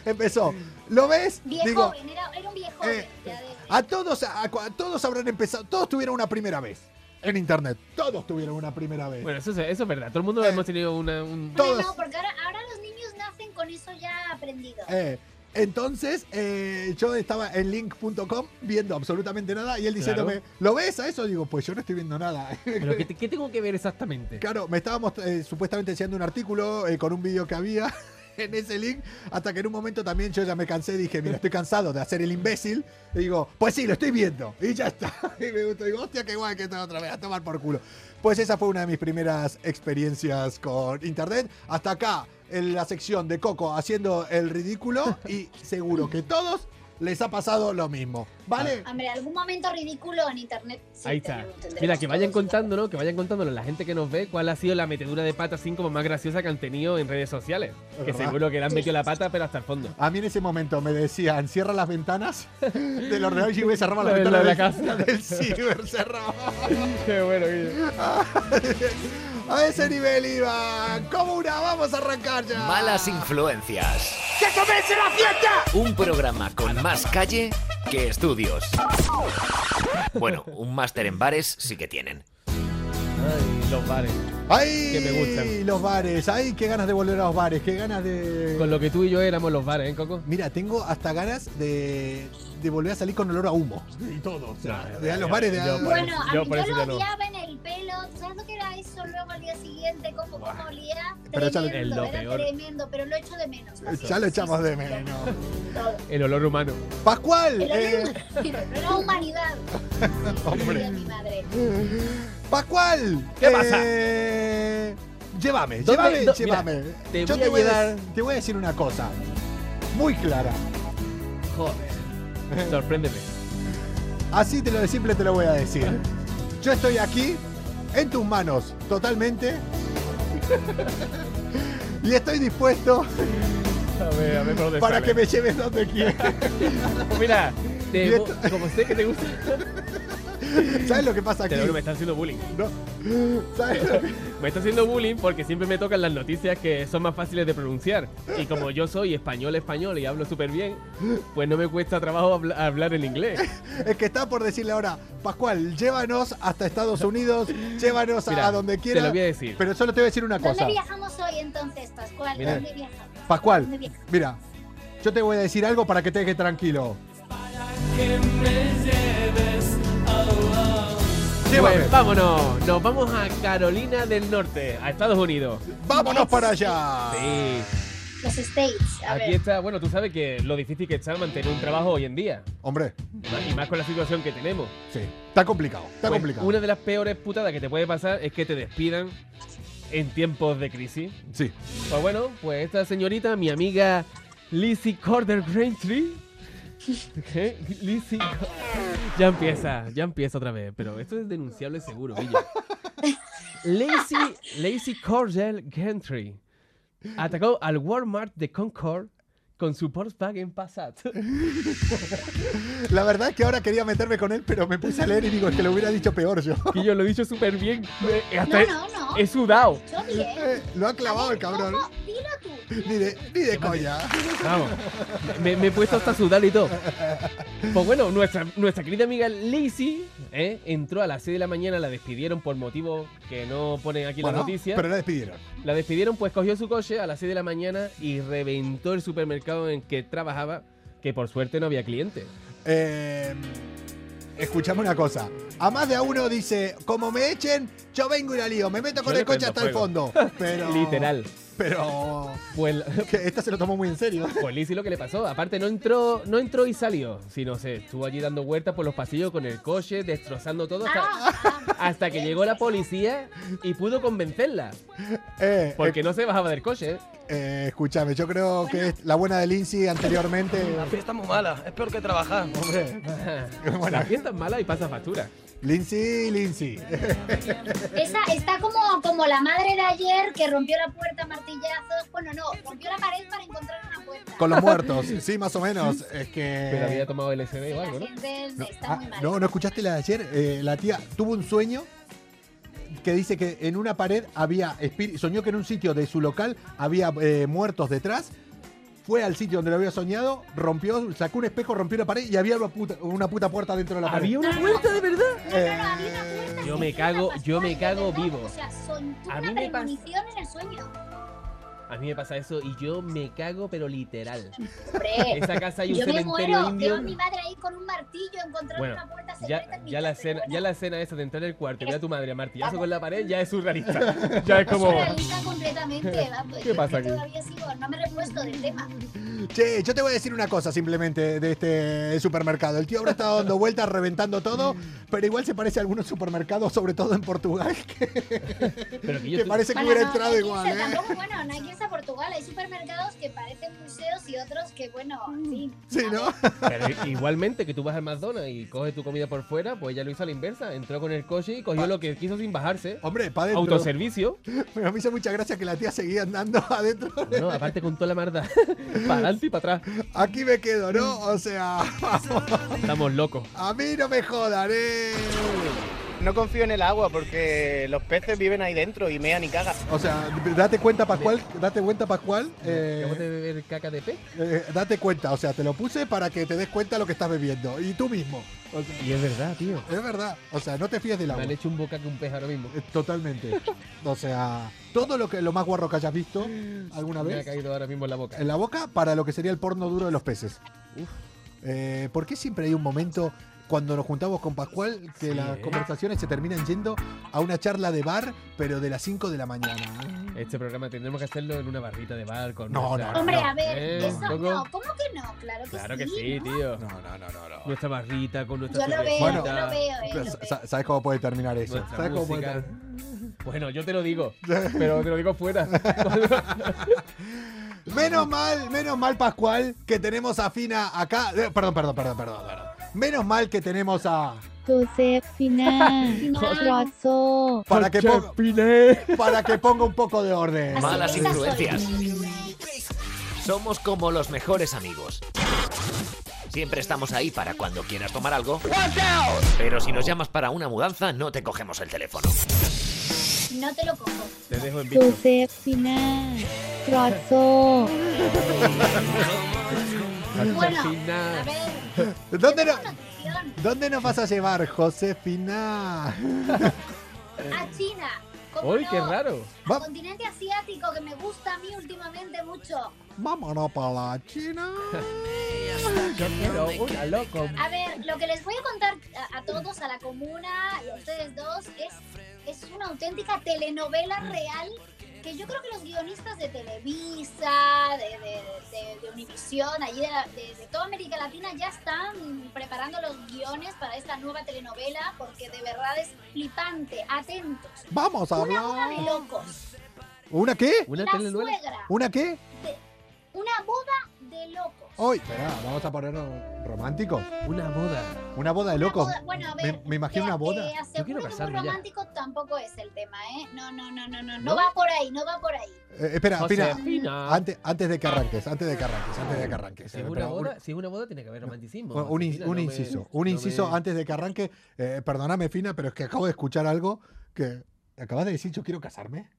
[SPEAKER 2] empezó, ¿lo ves?
[SPEAKER 7] viejo,
[SPEAKER 2] Digo,
[SPEAKER 7] joven, era, era un viejo.
[SPEAKER 2] eh,
[SPEAKER 7] ya de-
[SPEAKER 2] a todos, a, a todos habrán empezado, todos tuvieron una primera vez en internet. Todos tuvieron una primera vez.
[SPEAKER 3] Bueno, eso, es- eso es verdad. Todo el mundo
[SPEAKER 2] Eh.
[SPEAKER 3] hemos tenido una, un...
[SPEAKER 7] Bueno,
[SPEAKER 2] todos.
[SPEAKER 7] no, porque ahora, ahora los niños nacen con eso ya aprendido.
[SPEAKER 2] Eh, entonces, eh, yo estaba en link.com viendo absolutamente nada y él diciéndome, ¿lo ves a eso? Digo, pues yo no estoy viendo nada.
[SPEAKER 3] Pero ¿qué, te- qué tengo que ver exactamente?
[SPEAKER 2] claro, me estábamos eh, supuestamente enseñando un artículo eh, con un vídeo que había en ese link, hasta que en un momento también yo ya me cansé, dije, mira, estoy cansado de hacer el imbécil. Y digo, pues sí, lo estoy viendo. Y ya está. Y me gustó, digo, hostia, qué guay que está otra vez, a tomar por culo. Pues esa fue una de mis primeras experiencias con internet. Hasta acá, en la sección de Coco haciendo el ridículo y seguro que todos les ha pasado lo mismo. ¿Vale?
[SPEAKER 7] Hombre, algún momento ridículo en internet. sí
[SPEAKER 3] Ahí está.
[SPEAKER 7] tenemos, tendremos
[SPEAKER 3] Mira, que vayan
[SPEAKER 7] todos,
[SPEAKER 3] contando, ¿no? Que vayan contándonos la gente que nos ve cuál ha sido la metedura de pata 5 más graciosa que han tenido en redes sociales. Que
[SPEAKER 2] verdad.
[SPEAKER 3] seguro que le han metido la pata, pero hasta el fondo.
[SPEAKER 2] A mí en ese momento me decían, cierra las ventanas del ordenador y yo iba y cerraba
[SPEAKER 3] La
[SPEAKER 2] las
[SPEAKER 3] de- la
[SPEAKER 2] ventanas
[SPEAKER 3] de
[SPEAKER 2] del-
[SPEAKER 3] la casa.
[SPEAKER 2] del ciber, cerraba.
[SPEAKER 3] Qué bueno, Guille.
[SPEAKER 2] A ese nivel iba. Como una, vamos a arrancar ya.
[SPEAKER 4] Malas influencias. ¡Que comience la fiesta! Un programa con más calle que estudios. Bueno, un máster en bares sí que tienen.
[SPEAKER 3] Ay, los bares.
[SPEAKER 2] ¡Ay!
[SPEAKER 3] que me gustan.
[SPEAKER 2] Los bares, ay, qué ganas de volver a los bares, qué ganas de.
[SPEAKER 3] Con lo que tú y yo éramos los bares, ¿eh, Coco?
[SPEAKER 2] Mira, tengo hasta ganas de, de volver a salir con olor a humo. Y todo. de a los bares de.
[SPEAKER 3] yo-
[SPEAKER 7] todos. Bueno, a
[SPEAKER 3] Yo
[SPEAKER 7] mí
[SPEAKER 3] por
[SPEAKER 7] yo
[SPEAKER 3] eso
[SPEAKER 7] lo
[SPEAKER 3] ya no.
[SPEAKER 7] odiaba en el pelo. ¿Tú sabes lo que era eso luego al día siguiente? ¿Cómo, cómo olía?
[SPEAKER 2] Pero eso-
[SPEAKER 7] Tremendo,
[SPEAKER 3] Es lo
[SPEAKER 7] era
[SPEAKER 3] peor.
[SPEAKER 7] tremendo, pero lo echo de menos. ¿no?
[SPEAKER 2] Ya lo echamos de menos.
[SPEAKER 7] Todo.
[SPEAKER 3] El olor humano.
[SPEAKER 2] Pascual,
[SPEAKER 7] Pero
[SPEAKER 2] eh,
[SPEAKER 7] no era- no era humanidad.
[SPEAKER 2] Hombre.
[SPEAKER 7] Mi madre.
[SPEAKER 2] Pascual,
[SPEAKER 3] ¿Qué pasa?
[SPEAKER 2] eh, llévame,
[SPEAKER 3] ¿Dónde-
[SPEAKER 2] llévame,
[SPEAKER 3] dó-
[SPEAKER 2] llévame.
[SPEAKER 3] te
[SPEAKER 2] Yo
[SPEAKER 3] Eh, voy
[SPEAKER 2] te
[SPEAKER 3] a
[SPEAKER 2] voy, a
[SPEAKER 3] llevar-
[SPEAKER 2] dec- te voy a decir una cosa muy clara.
[SPEAKER 3] Joder. Sorpréndeme.
[SPEAKER 2] Así te lo de simple te lo voy a decir. Yo estoy aquí, en tus manos, totalmente. Y estoy dispuesto
[SPEAKER 3] A ver, a ver por dónde
[SPEAKER 2] para
[SPEAKER 3] sale.
[SPEAKER 2] que me lleves donde quieras.
[SPEAKER 3] Pues mira, te
[SPEAKER 2] Y esto-
[SPEAKER 3] vo- como sé que te gusta...
[SPEAKER 2] ¿Sabes lo que pasa aquí?
[SPEAKER 3] Te lo juro, me está haciendo bullying.
[SPEAKER 2] No. ¿Sabes lo que-
[SPEAKER 3] Me está haciendo bullying porque siempre me tocan las noticias que son más fáciles de pronunciar. Y como yo soy español español y hablo súper bien, pues no me cuesta trabajo habla- hablar en inglés.
[SPEAKER 2] Es que está por decirle ahora, Pascual, llévanos hasta Estados Unidos, llévanos a-
[SPEAKER 3] Mira,
[SPEAKER 2] a donde
[SPEAKER 3] Te
[SPEAKER 2] quieras.
[SPEAKER 3] lo voy a decir.
[SPEAKER 2] Pero solo te voy a decir una
[SPEAKER 7] ¿Dónde
[SPEAKER 2] cosa.
[SPEAKER 7] viajamos hoy entonces, Pascual?
[SPEAKER 3] Mira.
[SPEAKER 7] ¿Dónde viajamos? ¿Dónde
[SPEAKER 2] Pascual,
[SPEAKER 7] viajamos?
[SPEAKER 2] mira, yo te voy a decir algo para que te deje tranquilo. Llévame,
[SPEAKER 3] Pues, vámonos, nos vamos a Carolina del Norte, a Estados Unidos.
[SPEAKER 2] vámonos para allá.
[SPEAKER 3] Sí.
[SPEAKER 7] Los States. Ah. A
[SPEAKER 3] Aquí
[SPEAKER 7] ver.
[SPEAKER 3] está, bueno, tú sabes que lo difícil que está mantener un trabajo hoy en día.
[SPEAKER 2] Hombre,
[SPEAKER 3] Y más con la situación que tenemos.
[SPEAKER 2] sí, está complicado, está
[SPEAKER 3] Pues,
[SPEAKER 2] complicado.
[SPEAKER 3] Una de las peores putadas que te puede pasar es que te despidan en tiempos de crisis.
[SPEAKER 2] Sí.
[SPEAKER 3] Pues bueno, pues esta señorita, mi amiga Lizzie Corder Braintree. ¿Qué? Lizzie. Co- Ya empieza, ya empieza otra vez, pero esto es denunciable seguro, Villa. Lacey, Lacey Cordell Gentry atacó al Walmart de Concord con su Volkswagen Passat.
[SPEAKER 2] La verdad es que ahora quería meterme con él, pero me puse a leer y digo, es que lo hubiera dicho peor yo.
[SPEAKER 3] Que yo lo he dicho súper bien. eh, hasta
[SPEAKER 7] No,
[SPEAKER 3] he-
[SPEAKER 7] no, no.
[SPEAKER 3] He sudado.
[SPEAKER 7] Yo bien.
[SPEAKER 2] Eh, lo ha clavado el cabrón.
[SPEAKER 7] ¿Cómo? Dilo tú.
[SPEAKER 2] Ni de, ni de coña.
[SPEAKER 3] Vamos, me, me he puesto hasta sudar y todo. Pues bueno, nuestra, nuestra querida amiga Lacey ¿eh? entró a las 6 de la mañana, la despidieron por motivos que no ponen aquí en
[SPEAKER 2] Bueno,
[SPEAKER 3] la noticia.
[SPEAKER 2] pero la despidieron.
[SPEAKER 3] La despidieron, pues cogió su coche a las 6 de la mañana y reventó el supermercado en que trabajaba, que por suerte no había clientes.
[SPEAKER 2] Eh, escuchame una cosa. A más de a uno dice, como me echen, yo vengo y la lío. Me meto con el
[SPEAKER 3] Yo le
[SPEAKER 2] coche
[SPEAKER 3] prendo
[SPEAKER 2] hasta el
[SPEAKER 3] fuego.
[SPEAKER 2] fondo. Pero...
[SPEAKER 3] Literal.
[SPEAKER 2] pero
[SPEAKER 3] Pues,
[SPEAKER 2] que esta se lo tomó muy en serio.
[SPEAKER 3] pues Lizzy lo que le pasó. Aparte, no entró, no entró y salió, sino se estuvo allí dando vueltas por los pasillos con el coche, destrozando todo hasta,
[SPEAKER 7] Ah, ah,
[SPEAKER 3] hasta que llegó la policía y pudo convencerla.
[SPEAKER 2] Eh,
[SPEAKER 3] Porque no se bajaba del coche. ¿eh?
[SPEAKER 2] eh, escúchame, yo creo que es la buena de Lindsay anteriormente.
[SPEAKER 8] La fiesta es muy mala, es peor que trabajar.
[SPEAKER 2] Hombre,
[SPEAKER 3] La fiesta es mala y pasa factura.
[SPEAKER 2] Lindsay, Lindsay.
[SPEAKER 7] Esa está como, como la madre de ayer que rompió la puerta a martillazos. Bueno, no, rompió la pared para encontrar una puerta.
[SPEAKER 2] Con los muertos, sí, más o menos. Es que.
[SPEAKER 3] Pero había tomado LSD o
[SPEAKER 7] la
[SPEAKER 3] algo, ¿no?
[SPEAKER 7] gente
[SPEAKER 2] No,
[SPEAKER 7] está
[SPEAKER 2] ah,
[SPEAKER 7] muy mal.
[SPEAKER 2] no, ¿no escuchaste la de ayer. Eh, la tía tuvo un sueño que dice que en una pared había espíritu. Soñó que en un sitio de su local había eh, muertos detrás. Fue al sitio donde lo había soñado, rompió, sacó un espejo, rompió la pared y había una puta, una puta puerta dentro de la pared.
[SPEAKER 3] Había una puerta de verdad.
[SPEAKER 7] No,
[SPEAKER 2] Eh.
[SPEAKER 7] no, no, había una puerta
[SPEAKER 3] eh, Yo
[SPEAKER 7] que
[SPEAKER 3] me
[SPEAKER 7] era
[SPEAKER 3] cago- yo
[SPEAKER 7] Pascual,
[SPEAKER 3] me
[SPEAKER 7] de
[SPEAKER 3] cago
[SPEAKER 7] verdad.
[SPEAKER 3] vivo.
[SPEAKER 7] O sea, son tuvo
[SPEAKER 3] A mí
[SPEAKER 7] una
[SPEAKER 3] me pasa-
[SPEAKER 7] premonición en el sueño.
[SPEAKER 3] A mí me pasa eso y yo me cago, pero literal. En
[SPEAKER 7] Hombre,
[SPEAKER 3] esa casa hay un
[SPEAKER 7] Eh, yo me
[SPEAKER 3] cementerio
[SPEAKER 7] muero. Veo
[SPEAKER 3] indio.
[SPEAKER 7] a mi madre ahí con un martillo encontrando
[SPEAKER 3] Bueno,
[SPEAKER 7] una puerta secreta
[SPEAKER 3] Ya,
[SPEAKER 7] en mi
[SPEAKER 3] ya, la
[SPEAKER 7] casa, pero
[SPEAKER 3] cena,
[SPEAKER 7] bueno.
[SPEAKER 3] ya la cena esa de entrar al cuarto y ver a tu madre a martillazo con la pared ya es surrealista. Ya es como.
[SPEAKER 7] Surrealista completamente. vamos,
[SPEAKER 3] ¿Qué
[SPEAKER 7] yo
[SPEAKER 3] pasa aquí?
[SPEAKER 7] Todavía sigo, no me he repuesto del tema.
[SPEAKER 2] Che, yo te voy a decir una cosa simplemente de este supermercado. El tío ahora está dando vueltas, reventando todo, pero igual se parece a algunos supermercados, sobre todo en Portugal, que,
[SPEAKER 3] Pero que
[SPEAKER 2] que
[SPEAKER 3] yo estoy-
[SPEAKER 2] parece que
[SPEAKER 7] Bueno,
[SPEAKER 2] hubiera
[SPEAKER 7] no,
[SPEAKER 2] entrado
[SPEAKER 7] no hay que
[SPEAKER 2] igual,
[SPEAKER 7] irse
[SPEAKER 2] ¿eh?
[SPEAKER 7] tampoco, bueno, no hay que irse a Portugal. Hay supermercados que parecen museos y otros que, bueno, sí.
[SPEAKER 2] Sí, ¿no?
[SPEAKER 3] pero igualmente que tú vas al McDonald's y coges tu comida por fuera, pues ella lo hizo a la inversa. Entró con el coche y cogió lo que quiso sin bajarse.
[SPEAKER 2] Hombre, para adentro.
[SPEAKER 3] Autoservicio.
[SPEAKER 2] Pero me hizo mucha gracia que la tía seguía andando adentro.
[SPEAKER 3] No, aparte con toda la marda. para adelante y para atrás.
[SPEAKER 2] Aquí me quedo, ¿no? O sea,
[SPEAKER 3] Estamos locos.
[SPEAKER 2] a mí no me jodan, ¿eh?
[SPEAKER 9] No confío en el agua porque los peces viven ahí dentro y mean y cagan.
[SPEAKER 2] O sea, date cuenta, Pascual, date cuenta, Pascual. eh,
[SPEAKER 3] Acabo de beber caca de pez.
[SPEAKER 2] eh, date cuenta, o sea, te lo puse para que te des cuenta lo que estás bebiendo. Y tú mismo. O sea,
[SPEAKER 3] Y es verdad, tío.
[SPEAKER 2] es verdad. O sea, no te fíes del
[SPEAKER 3] Me
[SPEAKER 2] agua.
[SPEAKER 3] han hecho un boca que un pez ahora mismo.
[SPEAKER 2] Eh, Totalmente. O sea, todo lo que lo más guarro que hayas visto alguna
[SPEAKER 3] Me ha
[SPEAKER 2] vez
[SPEAKER 3] caído ahora mismo en la boca.
[SPEAKER 2] en la boca para lo que sería el porno duro de los peces. Eh, ¿Por qué siempre hay un momento cuando nos juntamos con Pascual que
[SPEAKER 3] Sí,
[SPEAKER 2] las
[SPEAKER 3] eh.
[SPEAKER 2] conversaciones se terminan yendo a una charla de bar, pero de las 5 de la mañana? eh?
[SPEAKER 3] Este programa tendremos que hacerlo en una barrita de bar con.
[SPEAKER 2] No,
[SPEAKER 3] nuestra-
[SPEAKER 2] no,
[SPEAKER 7] Hombre,
[SPEAKER 2] no.
[SPEAKER 7] a ver,
[SPEAKER 3] Eh,
[SPEAKER 7] eso
[SPEAKER 3] Coco.
[SPEAKER 7] no. ¿Cómo que no? Claro que
[SPEAKER 3] Claro
[SPEAKER 7] sí.
[SPEAKER 3] que sí, tío.
[SPEAKER 2] No, no, no, no. no.
[SPEAKER 3] Nuestra barrita con nuestra
[SPEAKER 7] Yo lo veo,
[SPEAKER 2] Bueno,
[SPEAKER 7] yo lo veo. Eh, lo
[SPEAKER 2] Pero
[SPEAKER 7] veo.
[SPEAKER 2] sa- sa- ¿Sabes cómo puede terminar eso?
[SPEAKER 3] nuestra
[SPEAKER 2] ¿Sabes cómo puede
[SPEAKER 3] música.
[SPEAKER 2] terminar?
[SPEAKER 3] Bueno, yo te lo digo, pero te lo digo fuera.
[SPEAKER 2] Menos mal, menos mal, Pascual, que tenemos a Fina acá. Eh, Perdón, perdón, perdón, perdón. perdón. Menos mal que tenemos a.
[SPEAKER 5] โจเซฟฟิน่า กรอสโซ
[SPEAKER 2] Para que, ponga,
[SPEAKER 3] Piné.
[SPEAKER 2] para que ponga un poco de orden.
[SPEAKER 7] Así
[SPEAKER 4] Malas
[SPEAKER 7] que esa
[SPEAKER 4] influencias.
[SPEAKER 7] soy.
[SPEAKER 4] Somos como los mejores amigos. Siempre estamos ahí para cuando quieras tomar algo. Pero si nos llamas para una mudanza, no te cogemos el teléfono.
[SPEAKER 7] No te lo cojo.
[SPEAKER 3] Te dejo en
[SPEAKER 5] โจเซฟฟิน่า กรอสโซ
[SPEAKER 7] Bueno,
[SPEAKER 3] Josefina.
[SPEAKER 7] a ver. tengo
[SPEAKER 2] ¿Dónde, no-
[SPEAKER 7] una notición.
[SPEAKER 2] ¿Dónde nos vas a llevar, Josefina?
[SPEAKER 7] A Ah, China. ¿Cómo
[SPEAKER 3] ¡Uy,
[SPEAKER 7] no?
[SPEAKER 3] qué raro!
[SPEAKER 2] Va-
[SPEAKER 7] Al continente asiático que me gusta a mí últimamente mucho.
[SPEAKER 2] Vámonos para la China.
[SPEAKER 3] Pero una loco.
[SPEAKER 7] A ver, lo que les voy a contar a, a todos, a la comuna y a ustedes dos, es, es una auténtica telenovela real que yo creo que los guionistas de Televisa, de, de, de- de Univisión, allí de, la- de- de toda América Latina ya están preparando los guiones para esta nueva telenovela porque de verdad es flipante, atentos.
[SPEAKER 2] Vamos a
[SPEAKER 7] Una boda de
[SPEAKER 2] hablar.
[SPEAKER 7] locos.
[SPEAKER 2] ¿Una qué?
[SPEAKER 3] Una
[SPEAKER 7] La
[SPEAKER 3] telenovela.
[SPEAKER 7] suegra.
[SPEAKER 2] ¿Una qué?
[SPEAKER 7] Una boda de locos.
[SPEAKER 2] Hoy, espera, vamos a ponernos románticos.
[SPEAKER 3] Una boda.
[SPEAKER 2] Una boda de
[SPEAKER 7] Una
[SPEAKER 2] locos.
[SPEAKER 7] boda- bueno, a
[SPEAKER 2] Me-
[SPEAKER 7] ver,
[SPEAKER 2] me imagino
[SPEAKER 7] te-
[SPEAKER 2] una boda.
[SPEAKER 7] te
[SPEAKER 2] Yo
[SPEAKER 7] aseguro
[SPEAKER 3] quiero
[SPEAKER 7] que muy
[SPEAKER 3] casarme ya.
[SPEAKER 7] romántico tampoco es el tema, ¿eh? No, no, no, no, no, no
[SPEAKER 3] ¿No?
[SPEAKER 7] va por ahí, no va por ahí.
[SPEAKER 2] Eh, espera, espera.
[SPEAKER 3] Josefina.
[SPEAKER 2] Antes, antes de que arranques, antes de que arranques, antes de que arranques.
[SPEAKER 3] Si es
[SPEAKER 2] Eh,
[SPEAKER 3] una
[SPEAKER 2] pero un-
[SPEAKER 3] boda, si es una boda tiene que haber romanticismo.
[SPEAKER 2] un, un in-
[SPEAKER 3] Josefina,
[SPEAKER 2] un
[SPEAKER 3] no me-
[SPEAKER 2] inciso, un
[SPEAKER 3] no
[SPEAKER 2] inciso
[SPEAKER 3] me-
[SPEAKER 2] antes de que arranque. Eh, perdóname, Fina, pero es que acabo de escuchar algo que... ¿Acabas de decir yo quiero casarme?